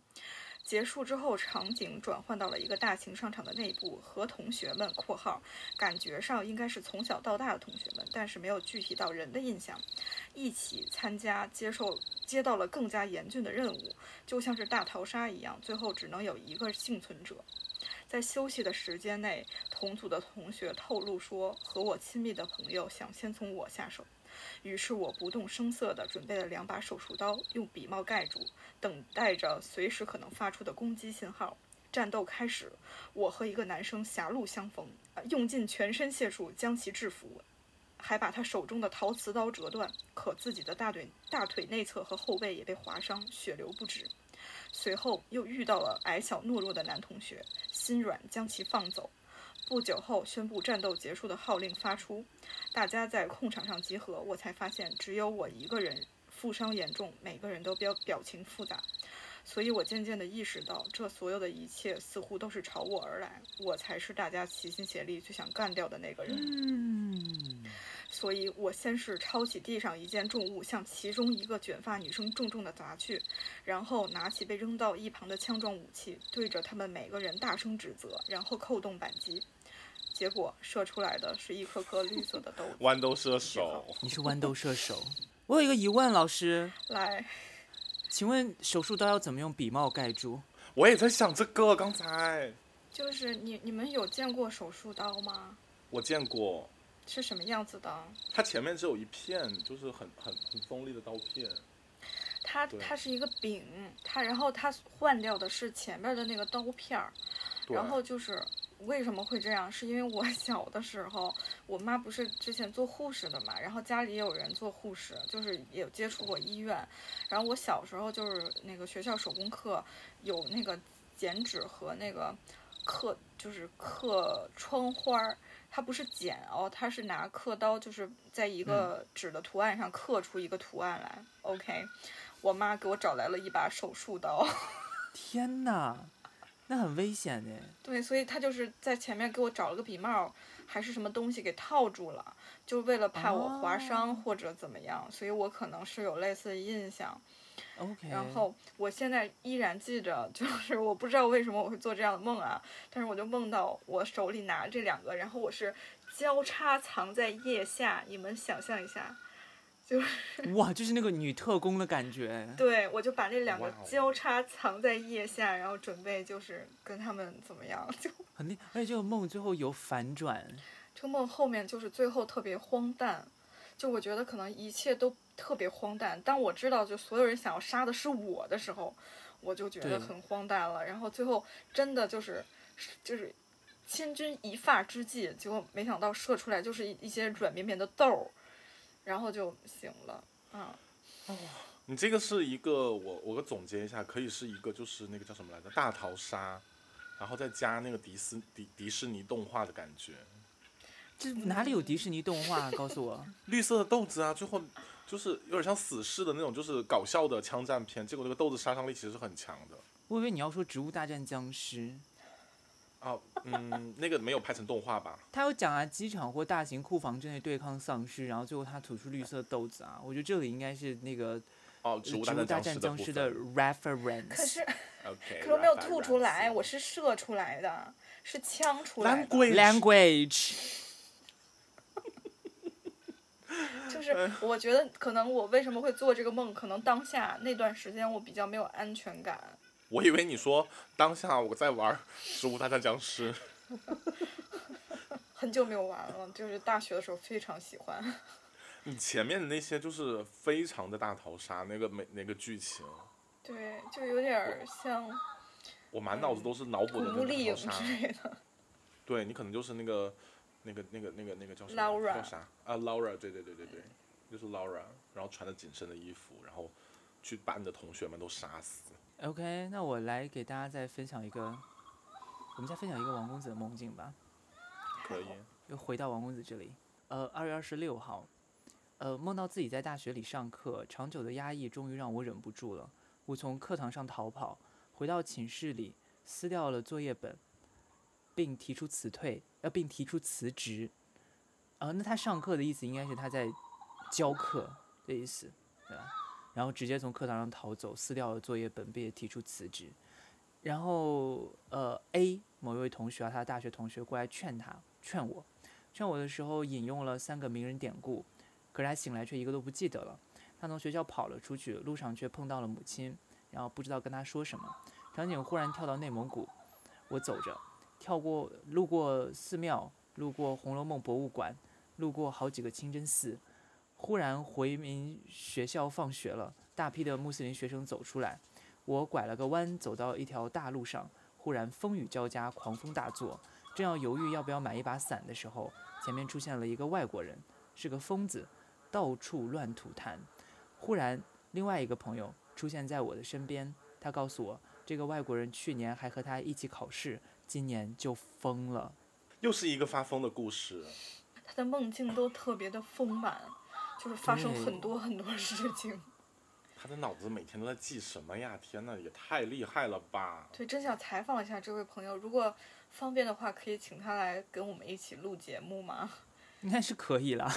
[SPEAKER 3] 结束之后，场景转换到了一个大型商场的内部，和同学们（括号感觉上应该是从小到大的同学们，但是没有具体到人的印象）一起参加，接受接到了更加严峻的任务，就像是大逃杀一样，最后只能有一个幸存者。在休息的时间内，同组的同学透露说，和我亲密的朋友想先从我下手。于是我不动声色地准备了两把手术刀，用笔帽盖住，等待着随时可能发出的攻击信号。战斗开始，我和一个男生狭路相逢，呃用尽全身解数将其制服，还把他手中的陶瓷刀折断，可自己的大腿大腿内侧和后背也被划伤，血流不止。随后又遇到了矮小懦弱的男同学，心软将其放走。不久后宣布战斗结束的号令发出，大家在空场上集合，我才发现只有我一个人负伤严重，每个人都表表情复杂。所以我渐渐地意识到，这所有的一切似乎都是朝我而来，我才是大家齐心协力最想干掉的那个人。
[SPEAKER 2] 嗯，
[SPEAKER 3] 所以我先是抄起地上一件重物，向其中一个卷发女生重重的砸去，然后拿起被扔到一旁的枪状武器，对着他们每个人大声指责，然后扣动扳机。结果射出来的是一颗颗绿色的豆子。
[SPEAKER 1] 豌豆射手，
[SPEAKER 2] 你是豌豆射手。我有一个疑问，老师，
[SPEAKER 3] 来，
[SPEAKER 2] 请问手术刀要怎么用笔帽盖住？
[SPEAKER 1] 我也在想这个。刚才
[SPEAKER 3] 就是你你们有见过手术刀吗？
[SPEAKER 1] 我见过，
[SPEAKER 3] 是什么样子的？
[SPEAKER 1] 它前面只有一片，就是很很很锋利的刀片。
[SPEAKER 3] 它
[SPEAKER 1] 对
[SPEAKER 3] 它是一个柄，它然后它换掉的是前面的那个刀片儿，
[SPEAKER 1] 对。
[SPEAKER 3] 然后就是为什么会这样，是因为我 小的时候，我妈不是之前做护士的嘛，然后家里也有人做护士，就是也有接触过医院。然后我小时候就是那个学校手工课有那个剪纸和那个刻，就是刻窗花儿。它不是剪哦，它是拿刻刀，就是在一个纸的图案上刻出一个图案来。OK，我妈给我找来了一把手术刀，
[SPEAKER 2] 天哪，那很危险的。
[SPEAKER 3] 对，所以他就是在前面给我找了个笔帽，还是什么东西给套住了，就为了怕我划伤
[SPEAKER 2] 哦
[SPEAKER 3] 或者怎么样，所以我可能是有类似的印象。
[SPEAKER 2] OK。
[SPEAKER 3] 然后我现在依然记着， 就是我不知道为什么我会做这样的梦啊，但是我就梦到我手里拿这两个，然后我是交叉藏在腋下，你们想象一下，
[SPEAKER 2] 哇，就是那个女特工的感觉。
[SPEAKER 3] 对我就把这两个
[SPEAKER 1] 哇哦
[SPEAKER 3] 交叉藏在腋下，然后准备就是跟他们怎么样， 就
[SPEAKER 2] 很厉，而且这个梦最后有反转。
[SPEAKER 3] 这个梦后面就是最后特别荒诞，就我觉得可能一切都特别荒诞。当我知道就所有人想要杀的是我的时候，我就觉
[SPEAKER 2] 对
[SPEAKER 3] 得很荒诞了。然后最后真的就是就是千钧一发之际，结果没想到射出来就是一一些软绵绵的豆儿，然后就醒了。嗯，
[SPEAKER 1] 你这个是一个，我我给总结一下，可以是一个就是那个叫什么来着，大逃杀，然后再加那个迪斯迪迪士尼动画的感觉，
[SPEAKER 2] 这
[SPEAKER 3] 嗯
[SPEAKER 2] 哪里有迪士尼动画啊？告诉我。
[SPEAKER 1] 绿色的豆子啊，最后就是有点像死侍的那种，就是搞笑的枪战片，结果那个豆子杀伤力其实很强的。
[SPEAKER 2] 我以为你要说《植物大战僵尸》，
[SPEAKER 1] 哦，嗯，那个没有拍成动画吧？
[SPEAKER 2] 他有讲啊，机场或大型库房之内对抗丧尸，然后最后他吐出绿色豆子啊。我觉得这里应该是那个《
[SPEAKER 1] 哦，
[SPEAKER 2] 植
[SPEAKER 1] 物大
[SPEAKER 2] 物大
[SPEAKER 1] 僵
[SPEAKER 2] 战
[SPEAKER 1] 尸
[SPEAKER 2] 僵尸》
[SPEAKER 1] 的
[SPEAKER 2] 的
[SPEAKER 1] 部
[SPEAKER 2] reference。
[SPEAKER 3] 可是
[SPEAKER 1] 分 OK，
[SPEAKER 3] 可是我没有
[SPEAKER 1] reference
[SPEAKER 3] 吐出来，我是射出来的，是枪出来的。
[SPEAKER 1] language
[SPEAKER 2] language
[SPEAKER 3] 就是我觉得可能我为什么会做这个梦，可能当下那段时间我比较没有安全感，
[SPEAKER 1] 我以为你说当下我在玩《植物大战僵尸》，
[SPEAKER 3] 很久没有玩了，就是大学的时候非常喜欢。
[SPEAKER 1] 你前面的那些就是非常的大逃杀，那个每那个剧情。
[SPEAKER 3] 对，就有点儿像
[SPEAKER 1] 我满脑子都是脑补
[SPEAKER 3] 古
[SPEAKER 1] 的
[SPEAKER 3] 墓
[SPEAKER 1] 那
[SPEAKER 3] 丽
[SPEAKER 1] 个跳
[SPEAKER 3] 影之
[SPEAKER 1] 纱，
[SPEAKER 2] 啊
[SPEAKER 3] 类的。
[SPEAKER 1] 对你可能就是那个那个那个那个那个叫什么
[SPEAKER 3] Laura
[SPEAKER 1] 叫啥啊？Laura，对对对对对，就是 Laura，然后穿着紧身的衣服，然后去把你的同学们都杀死。
[SPEAKER 2] OK，那我来给大家再分享一个，我们再分享一个王公子的梦境吧。
[SPEAKER 1] 可以，
[SPEAKER 2] 又回到王公子这里。呃，二月二十六号，呃，梦到自己在大学里上课，长久的压抑终于让我忍不住了。我从课堂上逃跑，回到寝室里，撕掉了作业本，并提出辞退，呃，并提出辞职。呃，那他上课的意思应该是他在教课的意思，对吧？然后直接从课堂上逃走，撕掉了作业本，并且提出辞职。然后，呃，A 某一位同学啊，他的大学同学过来劝他，劝我，劝我的时候引用了三个名人典故，可是他醒来却一个都不记得了。他从学校跑了出去，路上却碰到了母亲，然后不知道跟他说什么。场景忽然跳到内蒙古，我走着，跳过路过寺庙，路过《红楼梦》博物馆，路过好几个清真寺。忽然回民学校放学了，大批的穆斯林学生走出来。我拐了个弯，走到一条大路上，忽然风雨交加，狂风大作。正要犹豫要不要买一把伞的时候，前面出现了一个外国人，是个疯子，到处乱吐痰。忽然，另外一个朋友出现在我的身边，他告诉我，这个外国人去年还和他一起考试，今年就疯了。
[SPEAKER 1] 又是一个发疯的故事。
[SPEAKER 3] 他的梦境都特别的丰满，就是发生
[SPEAKER 2] 嗯
[SPEAKER 3] 很多很多事情。
[SPEAKER 1] 他的脑子每天都在记什么呀？天呐，也太厉害了吧！
[SPEAKER 3] 对，真想采访一下这位朋友，如果方便的话，可以请他来跟我们一起录节目吗？
[SPEAKER 2] 应该是可以啦。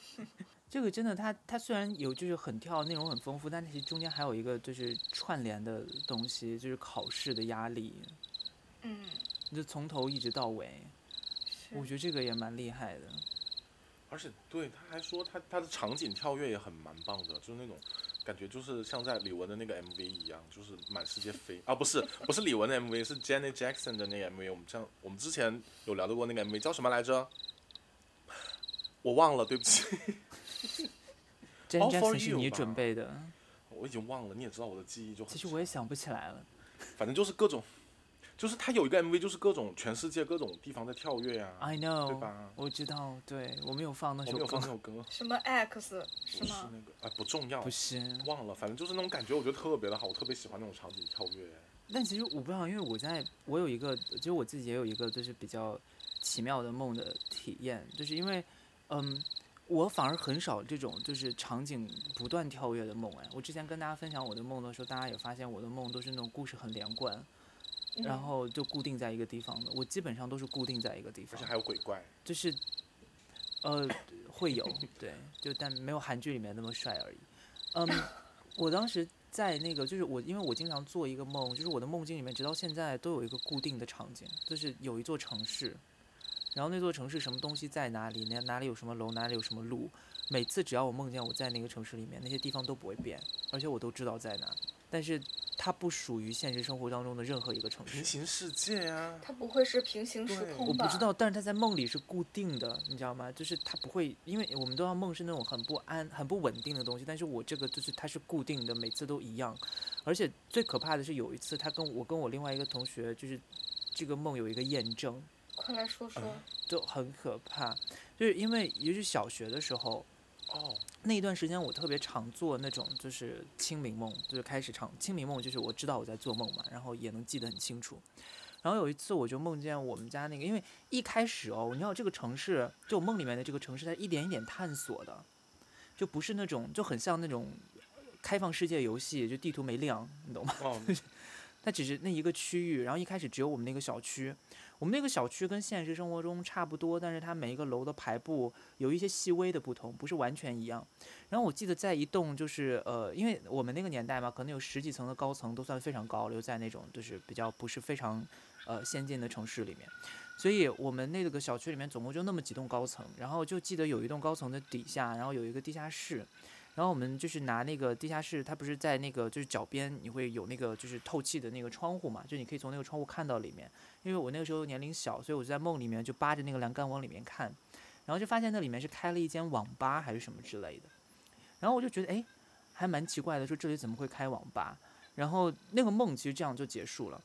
[SPEAKER 2] 这个真的，它它虽然有就是很跳，内容很丰富，但其实中间还有一个就是串联的东西，就是考试的压力，
[SPEAKER 3] 嗯，
[SPEAKER 2] 就从头一直到尾。我觉得这个也蛮厉害的。
[SPEAKER 1] 而且对他还说他他的场景跳跃也很蛮棒的，就是那种感觉就是像在李玟的那个 MV 一样，就是满世界飞啊，不是不是李玟的 MV，是 Janet Jackson 的那个 MV。我们这样我们之前有聊到过那个 MV 叫什么来着？我忘了，对不起，
[SPEAKER 2] j a n
[SPEAKER 1] All
[SPEAKER 2] j a
[SPEAKER 1] for
[SPEAKER 2] c 是
[SPEAKER 1] you
[SPEAKER 2] 你
[SPEAKER 1] 吧
[SPEAKER 2] 准备的，
[SPEAKER 1] 我已经忘了。你也知道我的记忆就很
[SPEAKER 2] 其实我也想不起来了。
[SPEAKER 1] 反正就是各种，就是他有一个 MV，就是各种全世界各种地方在跳跃呀、
[SPEAKER 2] I know，
[SPEAKER 1] 对吧
[SPEAKER 2] 我知道，对我没有放哎那
[SPEAKER 1] 我
[SPEAKER 2] 首
[SPEAKER 1] 没有
[SPEAKER 2] 歌
[SPEAKER 1] 放，那首歌，
[SPEAKER 3] 什么 X 是
[SPEAKER 1] 不是
[SPEAKER 3] 吗？
[SPEAKER 1] 那个啊，不重要
[SPEAKER 2] 不，是。
[SPEAKER 1] 忘了，反正就是那种感觉，我觉得特别的好，我特别喜欢那种场景跳跃。
[SPEAKER 2] 但其实我不知道，因为我在我有一个，其实我自己也有一个就是比较奇妙的梦的体验，就是因为，嗯，我反而很少这种就是场景不断跳跃的梦。哎，我之前跟大家分享我的梦的时候，大家也发现我的梦都是那种故事很连贯，然
[SPEAKER 3] 嗯
[SPEAKER 2] 后就固定在一个地方的。我基本上都是固定在一个地
[SPEAKER 1] 而
[SPEAKER 2] 方
[SPEAKER 1] 且，还有鬼怪，
[SPEAKER 2] 就是，呃，会有对，就但没有韩剧里面那么帅而已。嗯，我当时在那个就是我，因为我经常做一个梦，就是我的梦境里面直到现在都有一个固定的场景，就是有一座城市，然后那座城市什么东西在哪里，哪哪里有什么楼，哪里有什么路。每次只要我梦见我在那个城市里面，那些地方都不会变，而且我都知道在哪。但是它不属于现实生活当中的任何一个城市
[SPEAKER 1] 平。行世界啊，
[SPEAKER 3] 他不会是平行时
[SPEAKER 1] 对
[SPEAKER 2] 我
[SPEAKER 3] 空吧？
[SPEAKER 2] 不知道，但是他在梦里是固定的，你知道吗？就是他不会，因为我们都要梦是那种很不安、很不稳定的东西，但是我这个就是它是固定的，每次都一样。而且最可怕的是有一次，他跟我跟我另外一个同学，就是这个梦有一个验证，
[SPEAKER 3] 快来说说。
[SPEAKER 2] 就很可怕，就是因为也是小学的时候，
[SPEAKER 1] 哦，
[SPEAKER 2] 那一段时间我特别常做那种就是清明梦，就是开始常清明梦，就是我知道我在做梦嘛，然后也能记得很清楚。然后有一次我就梦见我们家那个，因为一开始哦，你知道这个城市，就我梦里面的这个城市，它一点一点探索的，就不是那种就很像那种开放世界游戏，就地图没亮，你懂吗？
[SPEAKER 1] 哦，
[SPEAKER 2] 它只是那一个区域，然后一开始只有我们那个小区，我们那个小区跟现实生活中差不多，但是它每一个楼的排布有一些细微的不同，不是完全一样。然后我记得在一栋就是呃，因为我们那个年代嘛，可能有十几层的高层都算非常高了，又在那种就是比较不是非常呃先进的城市里面，所以我们那个小区里面总共就那么几栋高层，然后就记得有一栋高层的底下，然后有一个地下室。然后我们就是拿那个地下室，它不是在那个就是脚边，你会有那个就是透气的那个窗户嘛，就你可以从那个窗户看到里面。因为我那个时候年龄小，所以我就在梦里面就扒着那个栏杆往里面看，然后就发现那里面是开了一间网吧还是什么之类的。然后我就觉得哎，还蛮奇怪的，说这里怎么会开网吧？然后那个梦其实这样就结束了。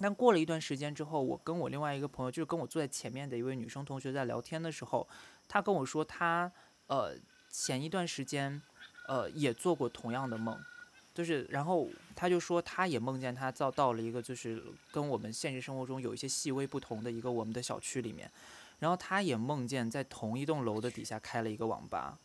[SPEAKER 2] 但过了一段时间之后，我跟我另外一个朋友，就是跟我坐在前面的一位女生同学在聊天的时候，她跟我说她呃前一段时间呃也做过同样的梦，就是然后她就说她也梦见她到到了一个就是跟我们现实生活中有一些细微不同的一个我们的小区里面，然后她也梦见在同一栋楼的底下开了一个网吧，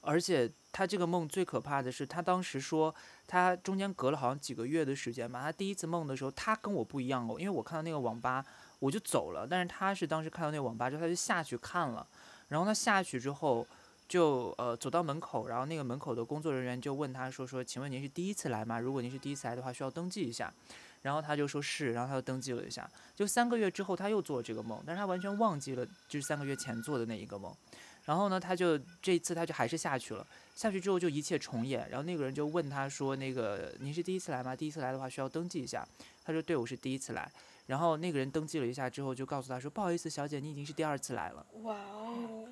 [SPEAKER 2] 而且他这个梦最可怕的是，他当时说他中间隔了好像几个月的时间吧。他第一次梦的时候，他跟我不一样哦，因为我看到那个网吧我就走了，但是他是当时看到那个网吧之后他就下去看了，然后他下去之后就呃走到门口，然后那个门口的工作人员就问他说说，请问您是第一次来吗？如果您是第一次来的话，需要登记一下。然后他就说是，然后他就登记了一下。就三个月之后，他又做这个梦，但是他完全忘记了就是三个月前做的那一个梦。然后呢，他就这一次他就还是下去了，下去之后就一切重演。然后那个人就问他说：“那个您是第一次来吗？第一次来的话需要登记一下。”他说：“对，我是第一次来。”然后那个人登记了一下之后，就告诉他说：“不好意思，小姐，你已经是第二次来了。
[SPEAKER 3] 哇哦，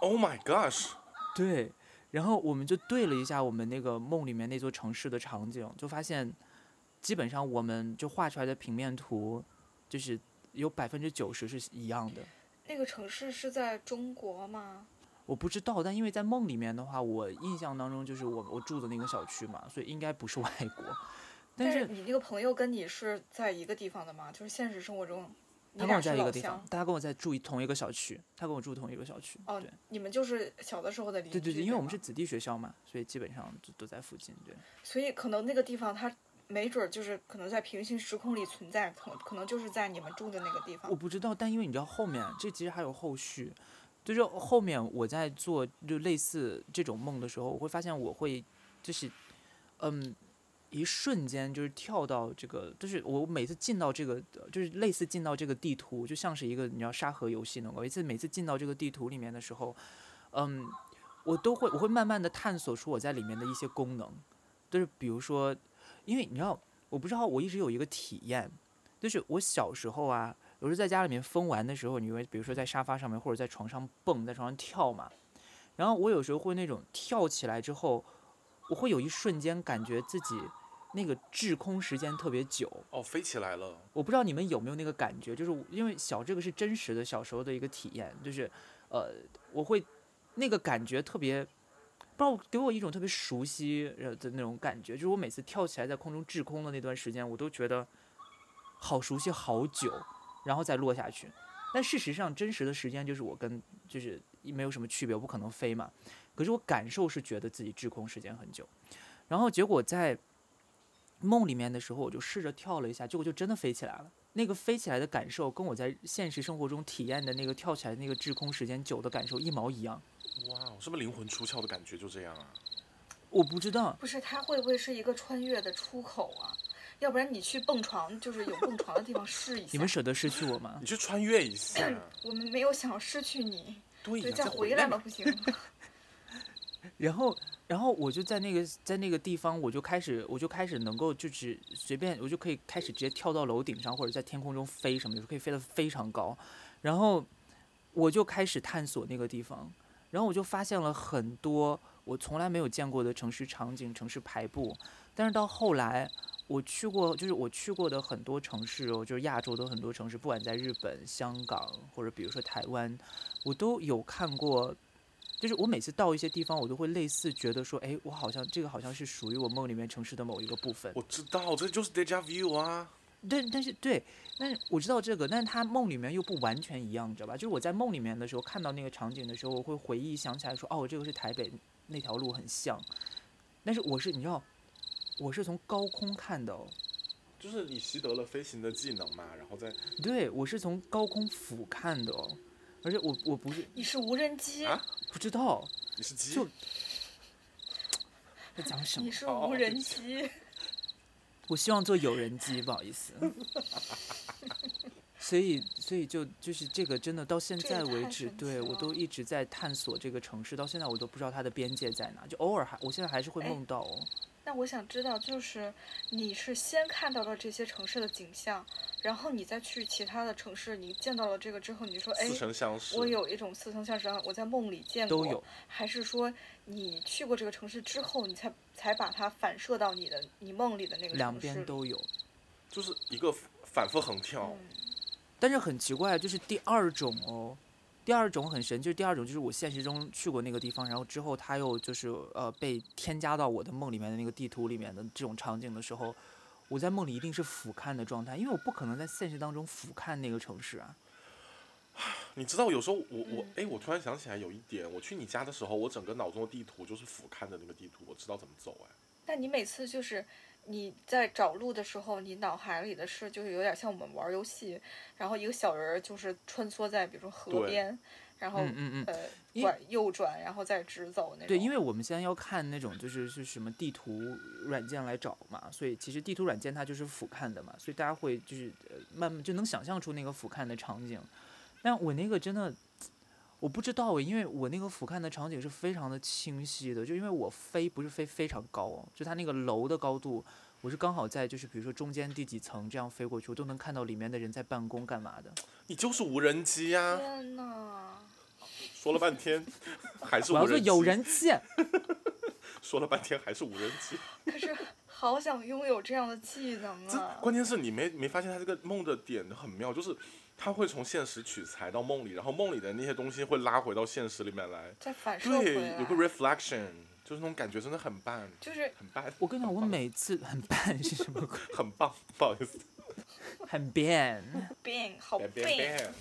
[SPEAKER 1] Oh my gosh！”
[SPEAKER 2] 对，然后我们就对了一下我们那个梦里面那座城市的场景，就发现基本上我们就画出来的平面图，就是有百分之九十是一样的。
[SPEAKER 3] 那个城市是在中国吗？
[SPEAKER 2] 我不知道，但因为在梦里面的话，我印象当中就是我我住的那个小区嘛，所以应该不是外国。但
[SPEAKER 3] 但
[SPEAKER 2] 是
[SPEAKER 3] 你那个朋友跟你是在一个地方的吗？就是现实生活中，你
[SPEAKER 2] 他跟
[SPEAKER 3] 俩
[SPEAKER 2] 我
[SPEAKER 3] 是
[SPEAKER 2] 在一
[SPEAKER 3] 老
[SPEAKER 2] 个地方
[SPEAKER 3] 乡，
[SPEAKER 2] 他跟我在住一同一个小区，他跟我住同一个小区。
[SPEAKER 3] 哦
[SPEAKER 2] 对，
[SPEAKER 3] 你们就是小的时候的邻居。
[SPEAKER 2] 对对对，因为我们
[SPEAKER 3] 吧
[SPEAKER 2] 是子弟学校嘛，所以基本上就都在附近。对，
[SPEAKER 3] 所以可能那个地方它没准儿就是可能在平行时空里存在，可可能就是在你们住的那个地方
[SPEAKER 2] 我。不知道，但因为你知道后面这其实还有后续，就是后面我在做就类似这种梦的时候，我会发现我会就是嗯。一瞬间就是跳到这个，就是我每次进到这个，就是类似进到这个地图，就像是一个你知道沙盒游戏能够，一次每次进到这个地图里面的时候，嗯，我都会我会慢慢的探索出我在里面的一些功能，就是比如说，因为你知道，我不知道我一直有一个体验，就是我小时候啊，有时候在家里面疯玩的时候，你会比如说在沙发上面或者在床上蹦，在床上跳嘛。然后我有时候会那种跳起来之后，我会有一瞬间感觉自己那个滞空时间特别久。
[SPEAKER 1] 哦，飞起来了！
[SPEAKER 2] 我不知道你们有没有那个感觉，就是因为小这个是真实的小时候的一个体验，就是呃，我会那个感觉特别，不知道给我一种特别熟悉呃的那种感觉，就是我每次跳起来在空中滞空的那段时间，我都觉得好熟悉好久，然后再落下去。但事实上，真实的时间就是我跟就是没有什么区别，我不可能飞嘛。可是我感受是觉得自己滞空时间很久，然后结果在梦里面的时候，我就试着跳了一下，结果就真的飞起来了。那个飞起来的感受，跟我在现实生活中体验的那个跳起来那个滞空时间久的感受一毛一样。
[SPEAKER 1] 哇哦，是不是灵魂出窍的感觉就这样啊？
[SPEAKER 2] 我不知道，
[SPEAKER 3] 不是，它会不会是一个穿越的出口啊？要不然你去蹦床，就是有蹦床的地方试一下。
[SPEAKER 2] 你们舍得失去我吗
[SPEAKER 1] 你？去穿越一 下。
[SPEAKER 3] 我们没有想要失去你，
[SPEAKER 2] 哎
[SPEAKER 1] 对
[SPEAKER 3] 对，
[SPEAKER 1] 呀，
[SPEAKER 3] 再
[SPEAKER 1] 回
[SPEAKER 3] 回来吧，
[SPEAKER 1] 吧。
[SPEAKER 3] 不行吗？
[SPEAKER 2] 然后，然后我就在那个在那个地方，我就开始我就开始能够就是随便，我就可以开始直接跳到楼顶上，或者在天空中飞什么，就是可以飞得非常高。然后我就开始探索那个地方，然后我就发现了很多我从来没有见过的城市场景、城市排布。但是到后来，我去过，就是我去过的很多城市哦，就是亚洲的很多城市，不管在日本、香港或者比如说台湾，我都有看过。就是我每次到一些地方，我都会类似觉得说，哎，我好像这个好像是属于我梦里面城市的某一个部分。
[SPEAKER 1] 我知道，这就是 deja vu 啊。
[SPEAKER 2] 但但是对，但是我知道这个，但是他梦里面又不完全一样，你知道吧？就是我在梦里面的时候看到那个场景的时候，我会回忆想起来说，哦，这个是台北那条路很像。但是我是你知道，我是从高空看的、哦，
[SPEAKER 1] 就是你习得了飞行的技能嘛，然后再
[SPEAKER 2] 对我是从高空俯瞰的哦，而且我我不是
[SPEAKER 3] 你是无人机，
[SPEAKER 1] 啊
[SPEAKER 2] 不知道
[SPEAKER 1] 你是鸡
[SPEAKER 2] 就在讲什么
[SPEAKER 3] 你。是
[SPEAKER 1] 哦哦
[SPEAKER 3] 无
[SPEAKER 1] 对
[SPEAKER 3] 人
[SPEAKER 1] 不
[SPEAKER 3] 机。
[SPEAKER 2] 我希望做有人机，不好意 思。所以，所以就就是这个，真的到现
[SPEAKER 3] 这也
[SPEAKER 2] 在为
[SPEAKER 3] 太
[SPEAKER 2] 止，
[SPEAKER 3] 神奇
[SPEAKER 2] 对我都
[SPEAKER 3] 了
[SPEAKER 2] 一直在探索这个城市，到现在我都不知道它的边界在哪，就偶尔还，我现在还是会
[SPEAKER 3] 哎
[SPEAKER 2] 梦到哦。
[SPEAKER 3] 那我想知道，就是你是先看到了这些城市的景象，然后你再去其他的城市，你见到了这个之后，你就说，哎
[SPEAKER 1] 似，曾相识。
[SPEAKER 3] 我有一种似曾相识，我在梦里见过。
[SPEAKER 2] 都有，
[SPEAKER 3] 还是说你去过这个城市之后，你才才把它反射到你的你梦里的那个
[SPEAKER 2] 两
[SPEAKER 3] 城市
[SPEAKER 2] 边
[SPEAKER 3] 里？
[SPEAKER 2] 都有。
[SPEAKER 1] 就是一个反复横跳。
[SPEAKER 3] 嗯
[SPEAKER 2] 但是很奇怪，就是第二种哦，第二种很神，就是第二种就是我现实中去过那个地方，然后之后它又就是呃被添加到我的梦里面的那个地图里面的这种场景的时候，我在梦里一定是俯瞰的状态，因为我不可能在现实当中俯瞰那个城市啊。
[SPEAKER 1] 你知道，有时候我我
[SPEAKER 3] 嗯
[SPEAKER 1] 哎，我突然想起来有一点，我去你家的时候，我整个脑中的地图就是俯瞰的那个地图，我知道怎么走哎。
[SPEAKER 3] 但你每次就是你在找路的时候，你脑海里的事就是有点像我们玩儿游戏，然后一个小人儿就是穿梭在比如说河
[SPEAKER 1] 对
[SPEAKER 3] 边，然后、
[SPEAKER 2] 嗯嗯嗯。
[SPEAKER 3] 呃
[SPEAKER 2] 因
[SPEAKER 3] 拐右转，然后再直走那种。
[SPEAKER 2] 对，因为我们现在要看那种就是是什么地图软件来找嘛，所以其实地图软件它就是俯瞰的嘛，所以大家会就是呃慢慢就能想象出那个俯瞰的场景。但我那个真的我不知道诶，欸因为我那个俯瞰的场景是非常的清晰的，就因为我飞不是飞非常高哦，就它那个楼的高度，我是刚好在就是比如说中间第几层这样飞过去，我都能看到里面的人在办公干嘛的。
[SPEAKER 1] 你就是无人机呀、
[SPEAKER 3] 天呐，
[SPEAKER 1] 说了半天还是
[SPEAKER 2] 我
[SPEAKER 1] 无
[SPEAKER 2] 要
[SPEAKER 1] 人
[SPEAKER 2] 说
[SPEAKER 1] 机。
[SPEAKER 2] 有人气，
[SPEAKER 1] 说了半天还是无人机。
[SPEAKER 3] 可是好想拥有这样的技能
[SPEAKER 1] 这
[SPEAKER 3] 啊！
[SPEAKER 1] 关键是你没没发现他这个梦的点很妙，就是他会从现实取材到梦里，然后梦里的那些东西会拉回到现实里面来。
[SPEAKER 3] 再反射回
[SPEAKER 1] 对，
[SPEAKER 3] 来，
[SPEAKER 1] 有个 reflection，就是那种感觉真的很棒，
[SPEAKER 3] 就是
[SPEAKER 1] 很棒。
[SPEAKER 2] 我跟你讲，
[SPEAKER 1] 很
[SPEAKER 2] 我
[SPEAKER 1] 棒
[SPEAKER 2] 每次很 笨是什么鬼？
[SPEAKER 1] 很棒，不好意思。
[SPEAKER 2] 很 变。
[SPEAKER 3] 变好
[SPEAKER 1] 别别
[SPEAKER 3] 变，
[SPEAKER 1] 别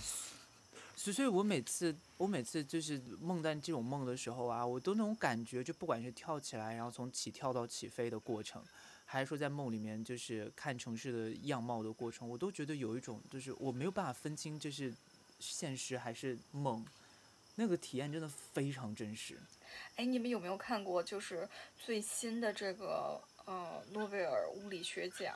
[SPEAKER 2] 所以所以我每次我每次就是梦到这种梦的时候啊，我都那种感觉，就不管是跳起来，然后从起跳到起飞的过程，还是说在梦里面就是看城市的样貌的过程，我都觉得有一种就是我没有办法分清这是现实还是梦，那个体验真的非常真实。
[SPEAKER 3] 哎，你们有没有看过就是最新的这个呃诺贝尔物理学奖？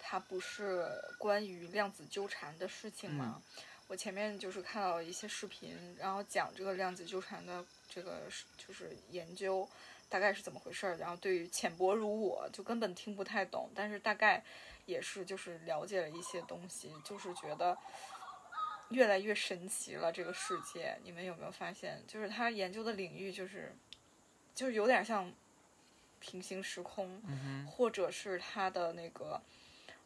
[SPEAKER 3] 它不是关于量子纠缠的事情吗？我前面就是看到了一些视频，然后讲这个量子纠缠的这个是就是研究，大概是怎么回事儿。然后对于浅薄如我，就根本听不太懂，但是大概也是就是了解了一些东西，就是觉得越来越神奇了。这个世界，你们有没有发现？就是他研究的领域，就是就是有点像平行时空，
[SPEAKER 2] 嗯哼，
[SPEAKER 3] 或者是他的那个，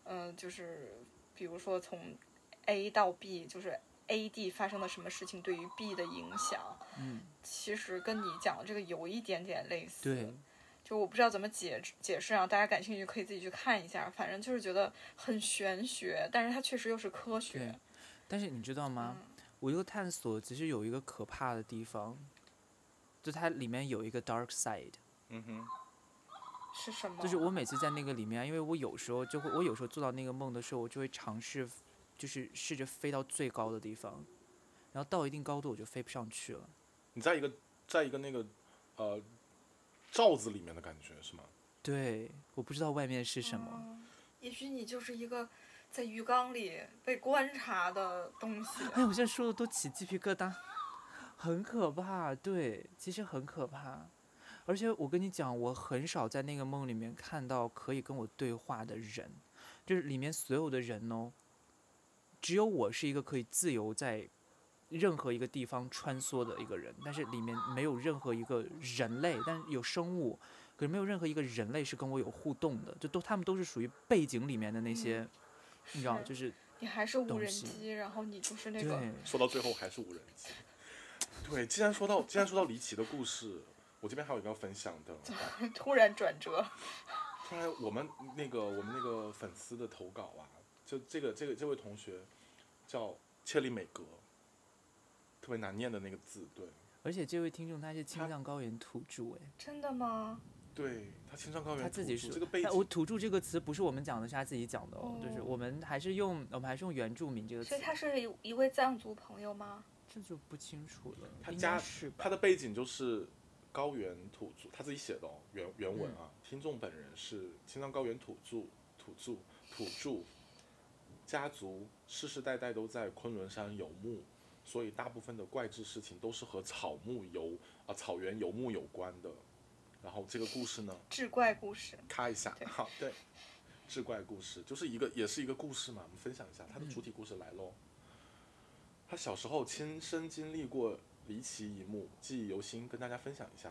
[SPEAKER 3] 嗯、就是比如说从 A 到 B，就是 A D 发生了什么事情对于 B 的影响，
[SPEAKER 2] 嗯，
[SPEAKER 3] 其实跟你讲的这个有一点点类似。
[SPEAKER 2] 对，
[SPEAKER 3] 就我不知道怎么解解释啊，大家感兴趣可以自己去看一下。反正就是觉得很玄学，但是它确实又是科学
[SPEAKER 2] 对。但是你知道吗？
[SPEAKER 3] 嗯
[SPEAKER 2] 我这个探索其实有一个可怕的地方，就它里面有一个 dark side。
[SPEAKER 1] 嗯哼，
[SPEAKER 3] 是什么？
[SPEAKER 2] 就是我每次在那个里面啊，因为我有时候就会，我有时候做到那个梦的时候，我就会尝试，就是试着飞到最高的地方，然后到一定高度我就飞不上去了。
[SPEAKER 1] 你在一个在一个那个呃罩子里面的感觉是吗？
[SPEAKER 2] 对，我不知道外面是什么。
[SPEAKER 3] 嗯也许你就是一个在鱼缸里被观察的东 西。
[SPEAKER 2] 哎，我现在说的都起鸡皮疙瘩，很可怕。对，其实很可怕。而且我跟你讲，我很少在那个梦里面看到可以跟我对话的人，就是里面所有的人哦，只有我是一个可以自由在任何一个地方穿梭的一个人，但是里面没有任何一个人类，但是有生物，可是没有任何一个人类是跟我有互动的，就都他们都是属于背景里面的那些，你知道，
[SPEAKER 3] 是
[SPEAKER 2] 就是
[SPEAKER 3] 你还是无
[SPEAKER 2] 东
[SPEAKER 3] 人
[SPEAKER 2] 西
[SPEAKER 3] 机，然后你就是那
[SPEAKER 2] 对。
[SPEAKER 3] 个
[SPEAKER 1] 说到最后还是无人机。对，既然说到既然说到离奇的故事，我这边还有一个要分享的。
[SPEAKER 3] 突然转折。
[SPEAKER 1] 突然，我们那个我们那个粉丝的投稿啊，就这个这个这位同学叫切利美格，特别难念的那个字，对
[SPEAKER 2] 而且这位听众他是青
[SPEAKER 1] 他
[SPEAKER 2] 藏高原土著，哎，
[SPEAKER 3] 真的吗？
[SPEAKER 1] 对，他青藏高原
[SPEAKER 2] 他自己
[SPEAKER 1] 土著
[SPEAKER 2] 说
[SPEAKER 1] 这个背
[SPEAKER 2] 但我
[SPEAKER 1] 景，
[SPEAKER 2] 土著这个词不是我们讲的，是他自己讲的哦，就是
[SPEAKER 3] 哦
[SPEAKER 2] 我们还是用我们还是用原住民这个词
[SPEAKER 3] 所以，他是一一位藏族朋友吗？
[SPEAKER 2] 这就不清楚了，
[SPEAKER 1] 他
[SPEAKER 2] 应
[SPEAKER 1] 家
[SPEAKER 2] 该是吧？
[SPEAKER 1] 他的背景就是高原土著，他自己写的哦，原原文啊，听众本人是青藏高原土著土著土著家族，世世代代都在昆仑山游牧。所以大部分的怪志事情都是和草木游啊、草原游牧有关的。然后这个故事呢，
[SPEAKER 3] 志怪故事。
[SPEAKER 1] 咔一下
[SPEAKER 3] 对，
[SPEAKER 1] 好，对，志怪故事就是一个，也是一个故事嘛，我们分享一下它的主体故事来喽。他小时候亲身经历过离奇一幕，记忆犹新，跟大家分享一下。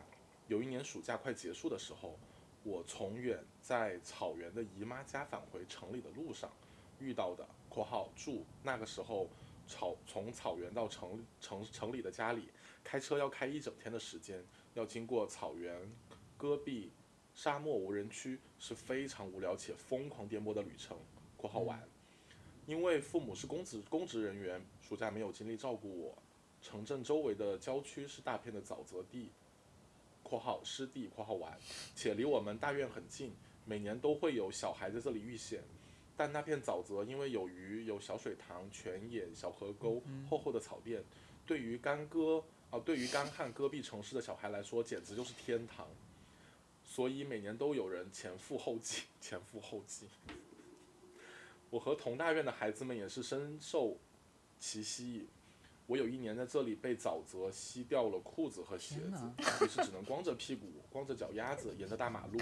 [SPEAKER 1] 有一年暑假快结束的时候，我从远在草原的姨妈家返回城里的路上遇到的（括号住那个时候草从草原到城城城里的家里，开车要开一整天的时间，要经过草原、戈壁、沙漠无人区，是非常无聊且疯狂颠簸的旅程（括号完）。因为父母是公职公职人员，暑假没有精力照顾我。城镇周围的郊区是大片的沼泽地（括号湿地）（括号完），且离我们大院很近，每年都会有小孩在这里遇险。但那片沼泽因为有鱼、有小水塘、泉眼、小河沟、厚厚的草甸，对于干戈啊、对于干旱戈壁城市的小孩来说，简直就是天堂。所以每年都有人前赴后继，前赴后继。我和同大院的孩子们也是深受其吸引。我有一年在这里被沼泽吸掉了裤子和鞋
[SPEAKER 2] 天
[SPEAKER 1] 子
[SPEAKER 2] 哪，
[SPEAKER 1] 于是只能光着屁股、光着脚丫子，沿着大马路，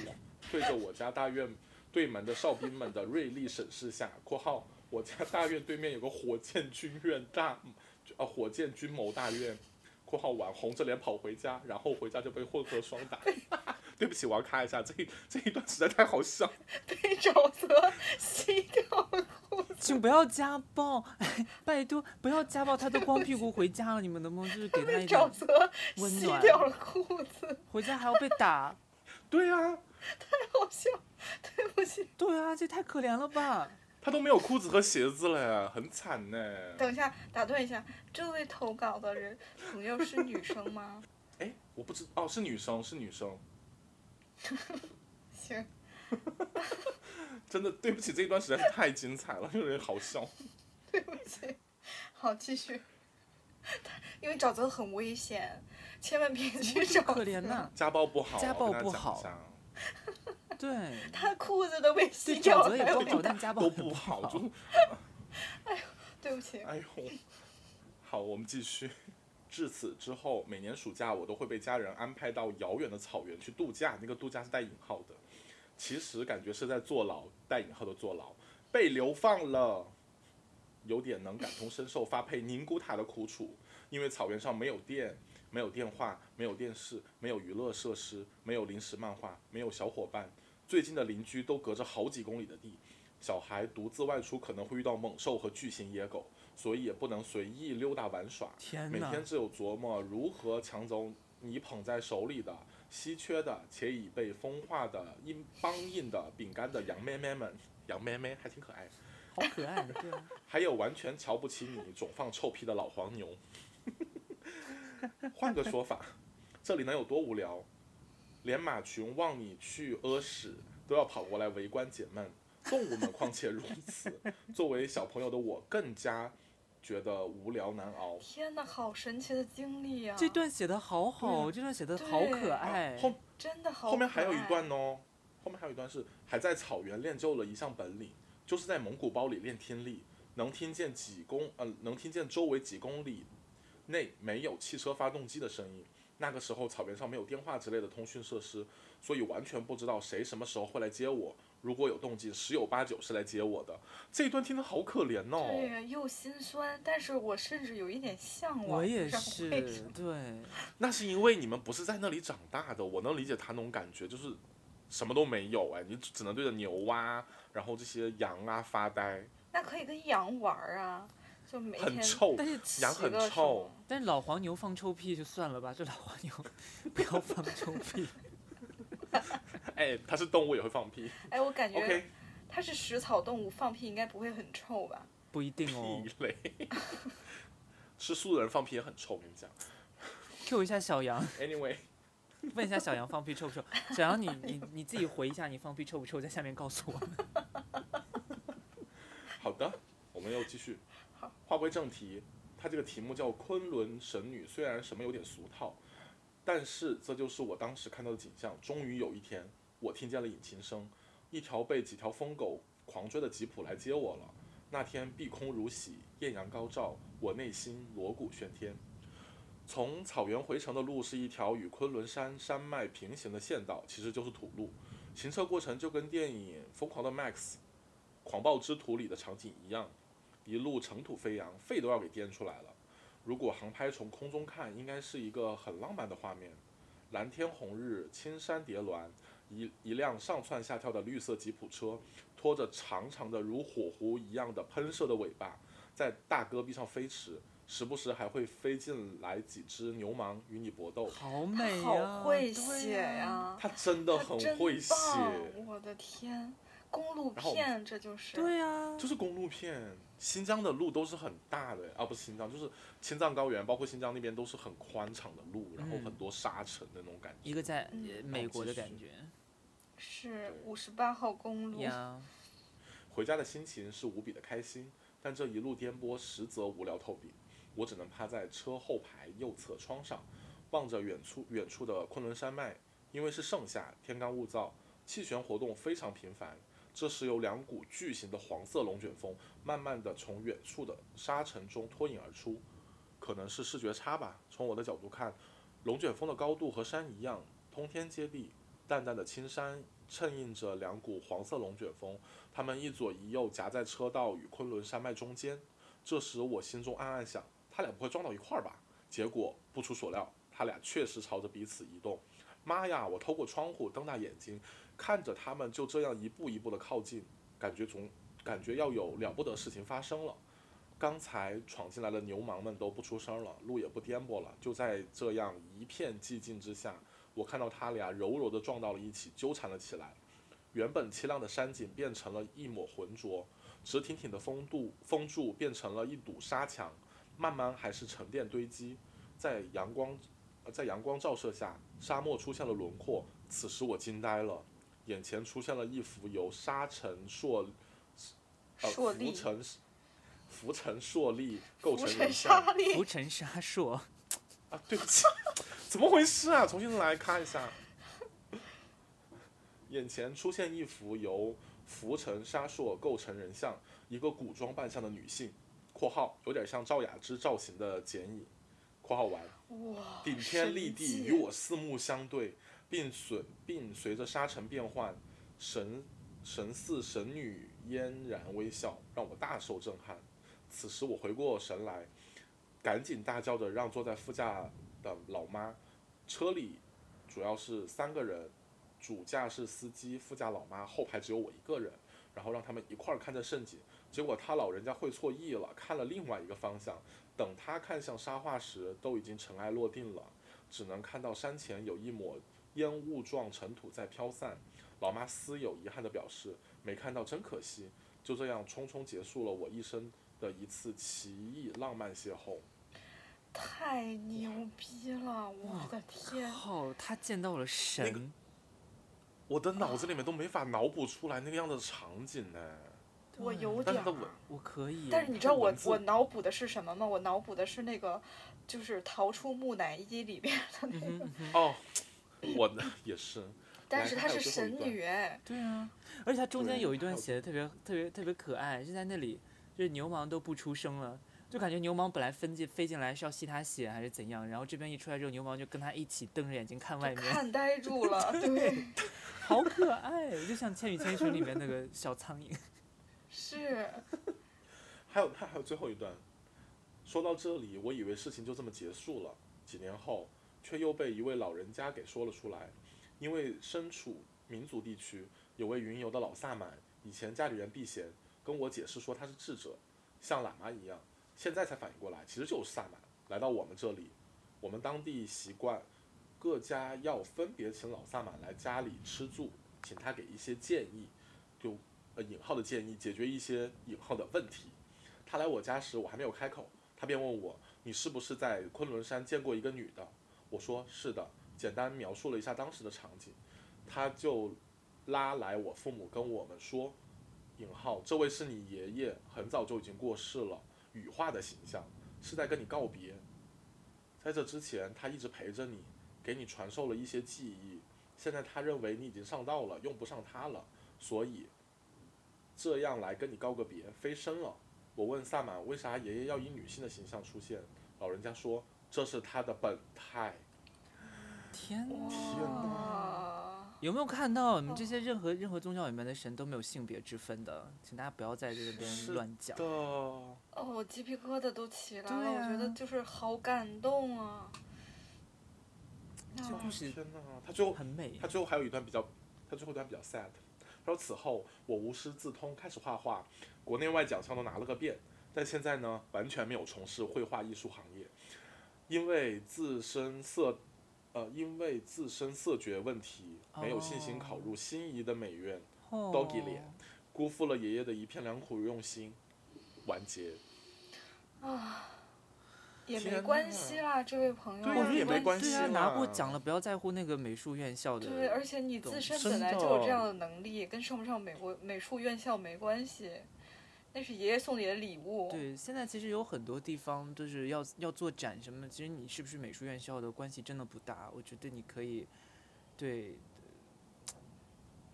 [SPEAKER 1] 对着我家大院对门的哨兵们的锐利审视下（括号我家大院对面有个火箭军院大，呃火箭军谋大院）。（括号完）红着脸跑回家，然后回家就被混合双打。 对不起，我要咔一下，这这一段实在太好笑了。
[SPEAKER 3] 被沼 泽吸掉了。
[SPEAKER 2] 请不要家暴，拜托不要家暴，他都光屁股回家了，你们能不能就是给他
[SPEAKER 3] 被
[SPEAKER 2] 一
[SPEAKER 3] 沼
[SPEAKER 2] 点
[SPEAKER 3] 泽
[SPEAKER 2] 温
[SPEAKER 3] 吸
[SPEAKER 2] 暖？
[SPEAKER 3] 掉了裤子，
[SPEAKER 2] 回家还要被打，
[SPEAKER 1] 对啊，
[SPEAKER 3] 好笑。对不起，
[SPEAKER 2] 对啊，这太可怜了吧？
[SPEAKER 1] 他都没有裤子和鞋子了，很惨呢。
[SPEAKER 3] 等一下，打断一下，这位投稿的人朋友是女生吗？
[SPEAKER 1] 哎，我不知哦，是女生，是女生。
[SPEAKER 3] 行，
[SPEAKER 1] 真的，对不起，这一段实在是太精彩了，有 点好笑。
[SPEAKER 3] 对不起。好，继续。 因为沼泽很危险，千万别去沼泽。
[SPEAKER 2] 哦可怜呐、
[SPEAKER 1] 家暴不好，
[SPEAKER 2] 家暴
[SPEAKER 1] 我跟
[SPEAKER 2] 不
[SPEAKER 1] 大家
[SPEAKER 2] 好
[SPEAKER 1] 讲一下
[SPEAKER 2] 对，
[SPEAKER 3] 他裤子都被吸
[SPEAKER 2] 对
[SPEAKER 3] 掉
[SPEAKER 2] 沼泽。
[SPEAKER 3] 了
[SPEAKER 2] 也不
[SPEAKER 3] 我
[SPEAKER 2] 好，但家暴
[SPEAKER 1] 都
[SPEAKER 2] 也
[SPEAKER 1] 不好，
[SPEAKER 2] 好。
[SPEAKER 1] 就
[SPEAKER 3] 对不起，
[SPEAKER 1] 哎呦，好，我们继续。至此之后，每年暑假我都会被家人安排到遥远的草原去度假，那个度假是带引号的，其实感觉是在坐牢，带引号的坐牢，被流放了，有点能感同身受发配宁古塔的苦楚，因为草原上没有电，没有电话，没有电视，没有娱乐设施，没有临时漫画，没有小伙伴，最近的邻居都隔着好几公里的地，小孩独自外出可能会遇到猛兽和巨型野狗，所以也不能随意溜达玩耍。
[SPEAKER 2] 天
[SPEAKER 1] 每
[SPEAKER 2] 哪！
[SPEAKER 1] 天只有琢磨如何抢走你捧在手里的稀缺的且已被风化的硬梆硬的饼干的羊咩咩们，羊咩咩还挺可爱。
[SPEAKER 2] 好可 爱，对啊，
[SPEAKER 1] 还有完全瞧不起你总放臭屁的老黄牛。换个说法，这里能有多无聊？连马群望你去屙屎都要跑过来围观解闷，动物们况且如此。作为小朋友的我，更加觉得无聊难熬。
[SPEAKER 3] 天哪，好神奇的经历啊呀、
[SPEAKER 2] 这段写的好好，
[SPEAKER 3] 啊
[SPEAKER 2] 这段写的好可爱。
[SPEAKER 1] 啊后
[SPEAKER 3] 真的好。
[SPEAKER 1] 后面还有一段。哦，后面还有一段是还在草原练就了一项本领，就是在蒙古包里练听力，能听见几公呃能听见周围几公里内没有汽车发动机的声音。那个时候草原上没有电话之类的通讯设施，所以完全不知道谁什么时候会来接我。如果有动静，十有八九是来接我的。这一段听得好可怜哦。
[SPEAKER 3] 对，又心酸，但是我甚至有一点向往。
[SPEAKER 2] 我也
[SPEAKER 3] 不知道
[SPEAKER 2] 是
[SPEAKER 3] 为什么，
[SPEAKER 2] 对，
[SPEAKER 1] 那是因为你们不是在那里长大的，我能理解他那种感觉，就是什么都没有哎，你只只能对着牛啊，然后这些羊啊发呆，
[SPEAKER 3] 那可以跟羊玩儿啊，就每
[SPEAKER 1] 很
[SPEAKER 3] 天
[SPEAKER 1] 臭，
[SPEAKER 2] 但是
[SPEAKER 3] 骑
[SPEAKER 1] 羊很
[SPEAKER 3] 个
[SPEAKER 1] 臭
[SPEAKER 3] 手。
[SPEAKER 2] 但是老黄牛放臭屁就算了吧，这老黄牛不要放臭屁。
[SPEAKER 1] 哎，它是动物也会放屁。
[SPEAKER 3] 哎，我感觉
[SPEAKER 1] OK，
[SPEAKER 3] 它是食草动物，放屁应该不会很臭吧？
[SPEAKER 2] 不一定哦
[SPEAKER 1] 异类， 吃素的人放屁也很臭，我跟你讲。
[SPEAKER 2] ，Q 一下小杨，
[SPEAKER 1] Anyway，
[SPEAKER 2] 问一下小杨放屁臭不臭？小杨你，你你自己回一下，你放屁臭不臭，在下面告诉我。
[SPEAKER 1] 好的，我们又继续
[SPEAKER 3] 好。
[SPEAKER 1] 话归正题，它这个题目叫《昆仑神女》，虽然什么有点俗套，但是这就是我当时看到的景象。终于有一天，我听见了引擎声，一条被几条疯狗狂追的吉普来接我了。那天碧空如洗，艳阳高照，我内心锣鼓喧天。从草原回城的路是一条与昆仑山山脉平行的县道，其实就是土路。行车过程就跟电影《疯狂的 Max》《狂暴之徒》里的场景一样，一路尘土飞扬，肺都要给颠出来了。如果航拍从空中看，应该是一个很浪漫的画面，蓝天红日，青山叠峦，一一辆上蹿下跳的绿色吉普车，拖着长长的如火狐一样的喷射的尾巴，在大戈壁上飞驰，时不时还会飞进来几只牛虻与你搏斗。
[SPEAKER 2] 好啊美呀、
[SPEAKER 3] 好啊
[SPEAKER 2] 对
[SPEAKER 3] 会写呀、
[SPEAKER 1] 它真的
[SPEAKER 3] 他
[SPEAKER 1] 很
[SPEAKER 3] 真
[SPEAKER 1] 会写，
[SPEAKER 3] 棒我的天，公路
[SPEAKER 1] 然后
[SPEAKER 3] 片这就是。
[SPEAKER 2] 对啊呀、
[SPEAKER 1] 就是公路片。新疆的路都是很大的，啊，不是新疆，就是青藏高原，包括新疆那边都是很宽敞的路，然后
[SPEAKER 2] 嗯
[SPEAKER 1] 很多沙尘的那种感觉。
[SPEAKER 2] 一个在
[SPEAKER 3] 嗯
[SPEAKER 2] 呃美国的
[SPEAKER 1] 继
[SPEAKER 2] 感
[SPEAKER 1] 续
[SPEAKER 2] 觉
[SPEAKER 3] 是五十八号公路。
[SPEAKER 2] 呀。
[SPEAKER 1] 回家的心情是无比的开心，但这一路颠簸实则无聊透顶。我只能趴在车后排右侧窗上，望着远处远处的昆仑山脉。因为是盛夏，天干物燥，气旋活动非常频繁。这时有两股巨型的黄色龙卷风，慢慢的从远处的沙尘中脱颖而出。可能是视觉差吧。从我的角度看，龙卷风的高度和山一样，通天接地，淡淡的青山衬映着两股黄色龙卷风，它们一左一右夹在车道与昆仑山脉中间。这时我心中暗暗想，他俩不会撞到一块儿吧？结果不出所料，他俩确实朝着彼此移动。妈呀！我透过窗户瞪大眼睛，看着他们就这样一步一步的靠近，感觉总感觉要有了不得事情发生了。刚才闯进来的牛虻们都不出声了，路也不颠簸了。就在这样一片寂静之下，我看到他俩柔柔地撞到了一起，纠缠了起来。原本凄亮的山景变成了一抹浑浊，直挺挺的风度风柱变成了一堵沙墙，慢慢还是沉淀堆积，在阳光，呃在阳光照射下，沙漠出现了轮廓。此时我惊呆了，眼前出现了一幅由沙尘烁，呃，浮
[SPEAKER 3] 硕力
[SPEAKER 1] 尘，浮尘硕力构
[SPEAKER 3] 浮
[SPEAKER 1] 成
[SPEAKER 3] 尘
[SPEAKER 1] 人像
[SPEAKER 3] 沙粒
[SPEAKER 2] 浮，尘沙烁，
[SPEAKER 1] 啊！对不起，怎么回事啊？重新来看一下。眼前出现一幅由浮尘沙烁构成人像，一个古装扮相的女性（括号有点像赵雅芝造型的剪影）（括号完）。
[SPEAKER 3] 哇，
[SPEAKER 1] 顶天立
[SPEAKER 3] 神
[SPEAKER 1] 地，
[SPEAKER 3] 迹
[SPEAKER 1] 与我四目相对，并随并随着沙尘变幻，神神似神女嫣然微笑，让我大受震撼。此时我回过神来，赶紧大叫着让坐在副驾的老妈。车里主要是三个人，主驾是司机，副驾老妈，后排只有我一个人。然后让他们一块儿看着盛景，结果他老人家会错意了，看了另外一个方向。等他看向沙画时，都已经尘埃落定了，只能看到山前有一抹烟雾状尘土在飘散。老妈丝有遗憾地表示：“没看到，真可惜。”就这样匆匆结束了我一生的一次奇异浪漫邂逅。
[SPEAKER 3] 太牛逼了！我的天，
[SPEAKER 2] 靠，他见到了神，
[SPEAKER 1] 我的脑子里面都没法脑补出来那个样的场景呢。
[SPEAKER 3] 我
[SPEAKER 2] 对
[SPEAKER 3] 有
[SPEAKER 1] 但
[SPEAKER 3] 点
[SPEAKER 1] 是
[SPEAKER 3] 儿
[SPEAKER 1] 它文，
[SPEAKER 2] 我可以。
[SPEAKER 3] 但是你知道我
[SPEAKER 1] 嗯文字
[SPEAKER 3] 我脑补的是什么吗？我脑补的是那个，就是《逃出木乃伊》里边，
[SPEAKER 2] 嗯哼嗯哼
[SPEAKER 1] 哦，我呢也是，
[SPEAKER 3] 但是
[SPEAKER 1] 看
[SPEAKER 3] 她
[SPEAKER 1] 还有
[SPEAKER 3] 是
[SPEAKER 1] 最后一
[SPEAKER 3] 神
[SPEAKER 1] 段
[SPEAKER 3] 女哎，
[SPEAKER 2] 对啊，而且他中间
[SPEAKER 1] 对
[SPEAKER 2] 有一段
[SPEAKER 1] 还有
[SPEAKER 2] 写的特别特别特别可爱，是在那里，就是牛虻都不出声了。就感觉牛虻本来分进飞进来是要吸他血还是怎样，然后这边一出来之后，牛虻就跟他一起瞪着眼睛看外面，
[SPEAKER 3] 看呆 住了，对，
[SPEAKER 2] 好可爱，就像《千与千寻》里面那个小苍蝇。
[SPEAKER 3] 是
[SPEAKER 1] 还有还还有最后一段，说到这里，我以为事情就这么结束了。几年后，却又被一位老人家给说了出来。因为身处民族地区，有位云游的老萨满，以前家里人避嫌，跟我解释说他是智者，像喇嘛一样。现在才反应过来，其实就是萨满来到我们这里。我们当地习惯，各家要分别请老萨满来家里吃住，请他给一些建议，就呃引号的建议，解决一些引号的问题。他来我家时，我还没有开口，他便问我：“你是不是在昆仑山见过一个女的？”我说：“是的。”简单描述了一下当时的场景，他就拉来我父母跟我们说：“引号，这位是你爷爷，很早就已经过世了，羽化的形象是在跟你告别。在这之前，他一直陪着你，给你传授了一些技艺。现在他认为你已经上道了，用不上他了，所以这样来跟你告个别，飞升了。”我问萨满为啥爷爷要以女性的形象出现，老人家说这是他的本态。
[SPEAKER 2] 天哪！
[SPEAKER 3] 哇，
[SPEAKER 2] 有没有看到你们这些任何任何宗教里面的神都没有性别之分的？请大家不要在这边
[SPEAKER 1] 是
[SPEAKER 2] 乱讲。
[SPEAKER 1] 的，
[SPEAKER 3] 哦，我鸡皮疙瘩都起来
[SPEAKER 2] 对
[SPEAKER 3] 了，我觉
[SPEAKER 1] 啊
[SPEAKER 3] 得
[SPEAKER 2] 呀
[SPEAKER 3] 就是好感动啊。
[SPEAKER 2] 这
[SPEAKER 3] 啊
[SPEAKER 2] 故事
[SPEAKER 1] 天哪！他最后
[SPEAKER 2] 很美
[SPEAKER 1] 他，最后还有一段比较他最后一段比较 sad。他说此后我无师自通，开始画画，国内外奖项都拿了个遍，但现在呢，完全没有从事绘画艺术行业，因为自身色，呃，因为自身色觉问题，没有信心考入心仪的美院，
[SPEAKER 2] 哦
[SPEAKER 1] Doggy 脸辜负了爷爷的一片良苦用心。完结，
[SPEAKER 3] 也
[SPEAKER 1] 天
[SPEAKER 3] 没
[SPEAKER 1] 呐
[SPEAKER 3] 关系啦，这位朋友，
[SPEAKER 1] 对
[SPEAKER 2] 我
[SPEAKER 1] 呀
[SPEAKER 2] 觉得
[SPEAKER 1] 也没
[SPEAKER 2] 你
[SPEAKER 1] 关
[SPEAKER 2] 对
[SPEAKER 1] 系
[SPEAKER 2] 啊，拿过
[SPEAKER 1] 啦
[SPEAKER 2] 奖了，不要在乎那个美术院校的。
[SPEAKER 3] 对，而且你
[SPEAKER 2] 懂
[SPEAKER 3] 自身
[SPEAKER 1] 真
[SPEAKER 3] 本来就
[SPEAKER 1] 的
[SPEAKER 3] 有这样的能力，跟上不上美国美术院校没关系，那是爷爷送你的礼物。
[SPEAKER 2] 对，现在其实有很多地方就是要要做展什么的，其实你是不是美术院校的关系真的不大。我觉得你可以，对，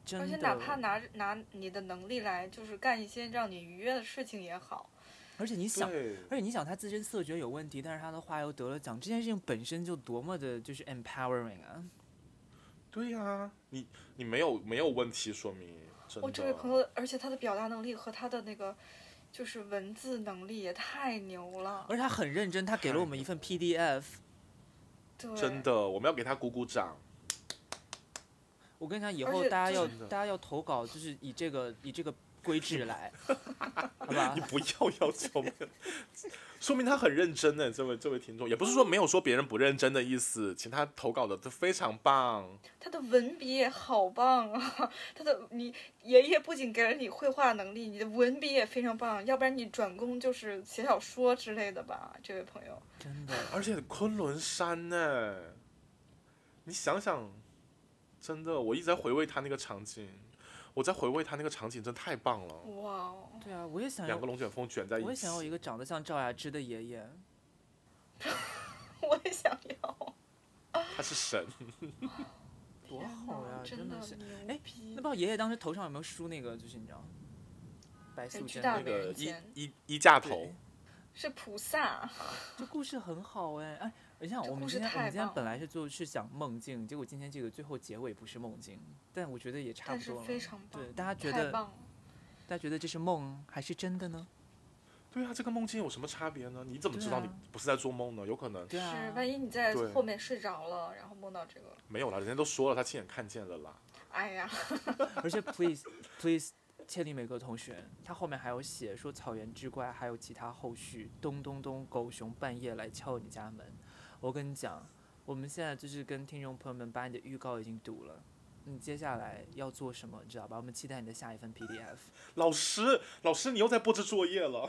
[SPEAKER 2] 真的，
[SPEAKER 3] 而且哪怕拿着拿你的能力来，就是干一些让你愉悦的事情也好。
[SPEAKER 2] 而且你想，
[SPEAKER 1] 对，
[SPEAKER 2] 而且你想他自身色觉有问题，但是他的话又得了奖，这件事情本身就多么的就是 empowering 啊！
[SPEAKER 1] 对呀、你你没有没有问题，说明真的。
[SPEAKER 3] 我这位朋友，而且他的表达能力和他的那个就是文字能力也太牛了，
[SPEAKER 2] 而且他很认真，他给了我们一份 PDF。
[SPEAKER 3] 对，
[SPEAKER 1] 真的，我们要给他鼓鼓掌。
[SPEAKER 2] 我跟你讲，以
[SPEAKER 3] 而
[SPEAKER 2] 后
[SPEAKER 3] 且
[SPEAKER 2] 大家要
[SPEAKER 1] 真的
[SPEAKER 2] 大家要投稿，就是以这个以这个规制 来，好吧
[SPEAKER 1] 你？不要要求别人， 说明他很认真呢。这位这位听众也不是说没有说别人不认真的意思，请他投稿的都非常棒。
[SPEAKER 3] 他的文笔也好棒啊！他的你爷爷不仅给了你绘画能力，你的文笔也非常棒，要不然你转工就是写小说之类的吧，这位朋友。
[SPEAKER 2] 真的，
[SPEAKER 1] 而且昆仑山呢，你想想，真的，我一直在回味他那个场景，我在回味他那个场景，真太棒了。
[SPEAKER 3] 哇哦，
[SPEAKER 2] 对啊，我也想要
[SPEAKER 1] 两个，龙卷风卷在一起，
[SPEAKER 2] 嗯我也想要一个长得像赵雅芝的爷爷。
[SPEAKER 3] 我也想要，
[SPEAKER 1] 他是神，
[SPEAKER 2] 多好呀，
[SPEAKER 3] 真
[SPEAKER 2] 的
[SPEAKER 3] 的
[SPEAKER 2] 是。
[SPEAKER 3] 牛
[SPEAKER 2] 哎
[SPEAKER 3] 逼
[SPEAKER 2] 那不！知道爷爷当时头上有没有梳那个，就是你知道，白素
[SPEAKER 3] 哎知
[SPEAKER 2] 贞
[SPEAKER 3] 道
[SPEAKER 1] 那
[SPEAKER 2] 那
[SPEAKER 3] 美
[SPEAKER 2] 个。
[SPEAKER 1] 个
[SPEAKER 3] 人
[SPEAKER 1] 衣
[SPEAKER 3] 尖
[SPEAKER 1] 衣衣架头
[SPEAKER 2] 对，
[SPEAKER 3] 是菩萨，
[SPEAKER 2] 这故事很好哎哎，你想
[SPEAKER 3] 这
[SPEAKER 2] 我们
[SPEAKER 3] 故
[SPEAKER 2] 今天
[SPEAKER 3] 事
[SPEAKER 2] 我们
[SPEAKER 3] 太
[SPEAKER 2] 今天
[SPEAKER 3] 棒
[SPEAKER 2] 本来是就是想梦境，结果今天这个最后结尾不是梦境，但我觉得也差
[SPEAKER 3] 但
[SPEAKER 2] 不
[SPEAKER 3] 是
[SPEAKER 2] 多了。
[SPEAKER 3] 非常棒
[SPEAKER 2] 对，，大家觉
[SPEAKER 3] 太
[SPEAKER 2] 得
[SPEAKER 3] 棒了！
[SPEAKER 2] 大家觉得这是梦还是真的呢？
[SPEAKER 1] 对啊，这跟梦境有什么差别呢？你怎么
[SPEAKER 2] 对
[SPEAKER 1] 知道你
[SPEAKER 2] 啊
[SPEAKER 1] 不是在做梦呢？有可能
[SPEAKER 2] 对
[SPEAKER 3] 是，
[SPEAKER 2] 啊，
[SPEAKER 3] 万一你在
[SPEAKER 1] 对
[SPEAKER 3] 后面睡着了，然后梦到这个，
[SPEAKER 1] 没有啦，人家都说了，他亲眼看见了啦。
[SPEAKER 3] 哎呀，
[SPEAKER 2] 而且 please please，切利美格同学，他后面还有写说草原之怪还有其他后续，咚咚咚，狗熊半夜来敲你家门。我跟你讲，我们现在就是跟听众朋友们把你的预告已经读了。你接下来要做什么，你知道吧？我们期待你的下一份 PDF。
[SPEAKER 1] 老师，老师，你又在布置作业了。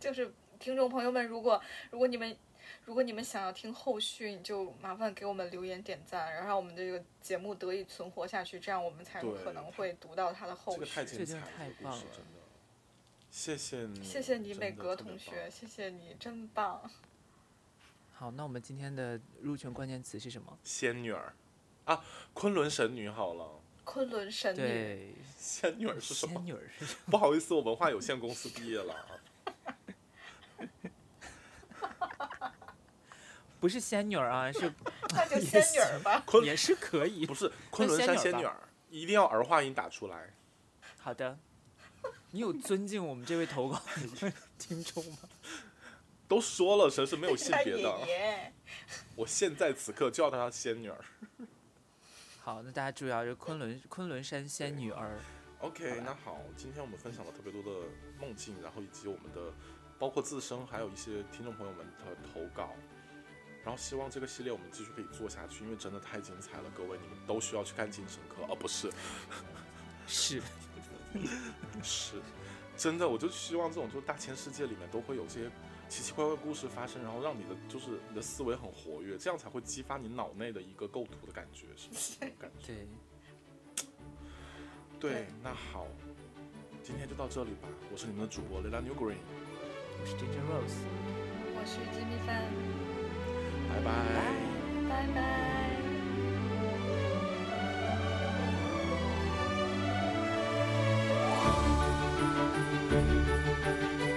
[SPEAKER 3] 就是听众朋友们，如果如果你们如果你们想要听后续，你就麻烦给我们留言点赞，然后让我们这个节目得以存活下去，这样我们才有
[SPEAKER 1] 对
[SPEAKER 3] 可能会读到它的 后
[SPEAKER 1] 这个太
[SPEAKER 3] 续。
[SPEAKER 1] 精彩了，
[SPEAKER 2] 太
[SPEAKER 1] 这个
[SPEAKER 2] 棒
[SPEAKER 1] 故事
[SPEAKER 2] 了
[SPEAKER 1] 真的。谢谢你，
[SPEAKER 3] 谢谢你，
[SPEAKER 1] 真
[SPEAKER 3] 美
[SPEAKER 1] 的
[SPEAKER 3] 格
[SPEAKER 1] 特别棒
[SPEAKER 3] 同学，谢谢你，真棒！
[SPEAKER 2] 好，那我们今天的入选关键词是什么？
[SPEAKER 1] 仙女儿啊，昆仑神女好了，
[SPEAKER 3] 昆仑神女，
[SPEAKER 2] 对，
[SPEAKER 1] 仙女儿是什么
[SPEAKER 2] 仙？女儿是什么？
[SPEAKER 1] 不好意思，我文化有限公司毕业了啊。
[SPEAKER 2] 不是仙女儿啊，是
[SPEAKER 3] 那就仙女儿 吧。
[SPEAKER 1] 昆
[SPEAKER 2] 也是可以
[SPEAKER 1] 不。是昆仑山仙女儿，一定要儿化音打出来。
[SPEAKER 2] 好的，你有尊敬我们这位投稿 的听众吗？
[SPEAKER 1] 都说了，神是 没有性
[SPEAKER 3] 他
[SPEAKER 1] 别
[SPEAKER 3] 爷
[SPEAKER 1] 的。
[SPEAKER 3] 爷，
[SPEAKER 1] 我现在此刻就要当她仙女儿。
[SPEAKER 2] 好，那大家注意啊，这昆仑昆仑山仙女儿，
[SPEAKER 1] OK，那好，今天我们分享了特别多的梦境，然后以及我们的包括自身，还有一些听众朋友们的投稿，然后希望这个系列我们继续可以做下去，因为真的太精彩了，各位你们都需要去看《精神科》，而不是
[SPEAKER 2] 是
[SPEAKER 1] 是，真的，我就希望这种就是大千世界里面都会有这些奇奇怪怪故事发生，然后让你的就是你的思维很活跃，这样才会激发你脑内的一个构图的感觉，是不是？那种感觉。
[SPEAKER 2] 对，
[SPEAKER 1] 对，那好，今天就到这里吧，我是你们的主播 Lila New Green。
[SPEAKER 2] 我是 Ginger Rose，
[SPEAKER 3] 我是金米帆，
[SPEAKER 1] 拜拜。
[SPEAKER 3] 拜拜。
[SPEAKER 2] 拜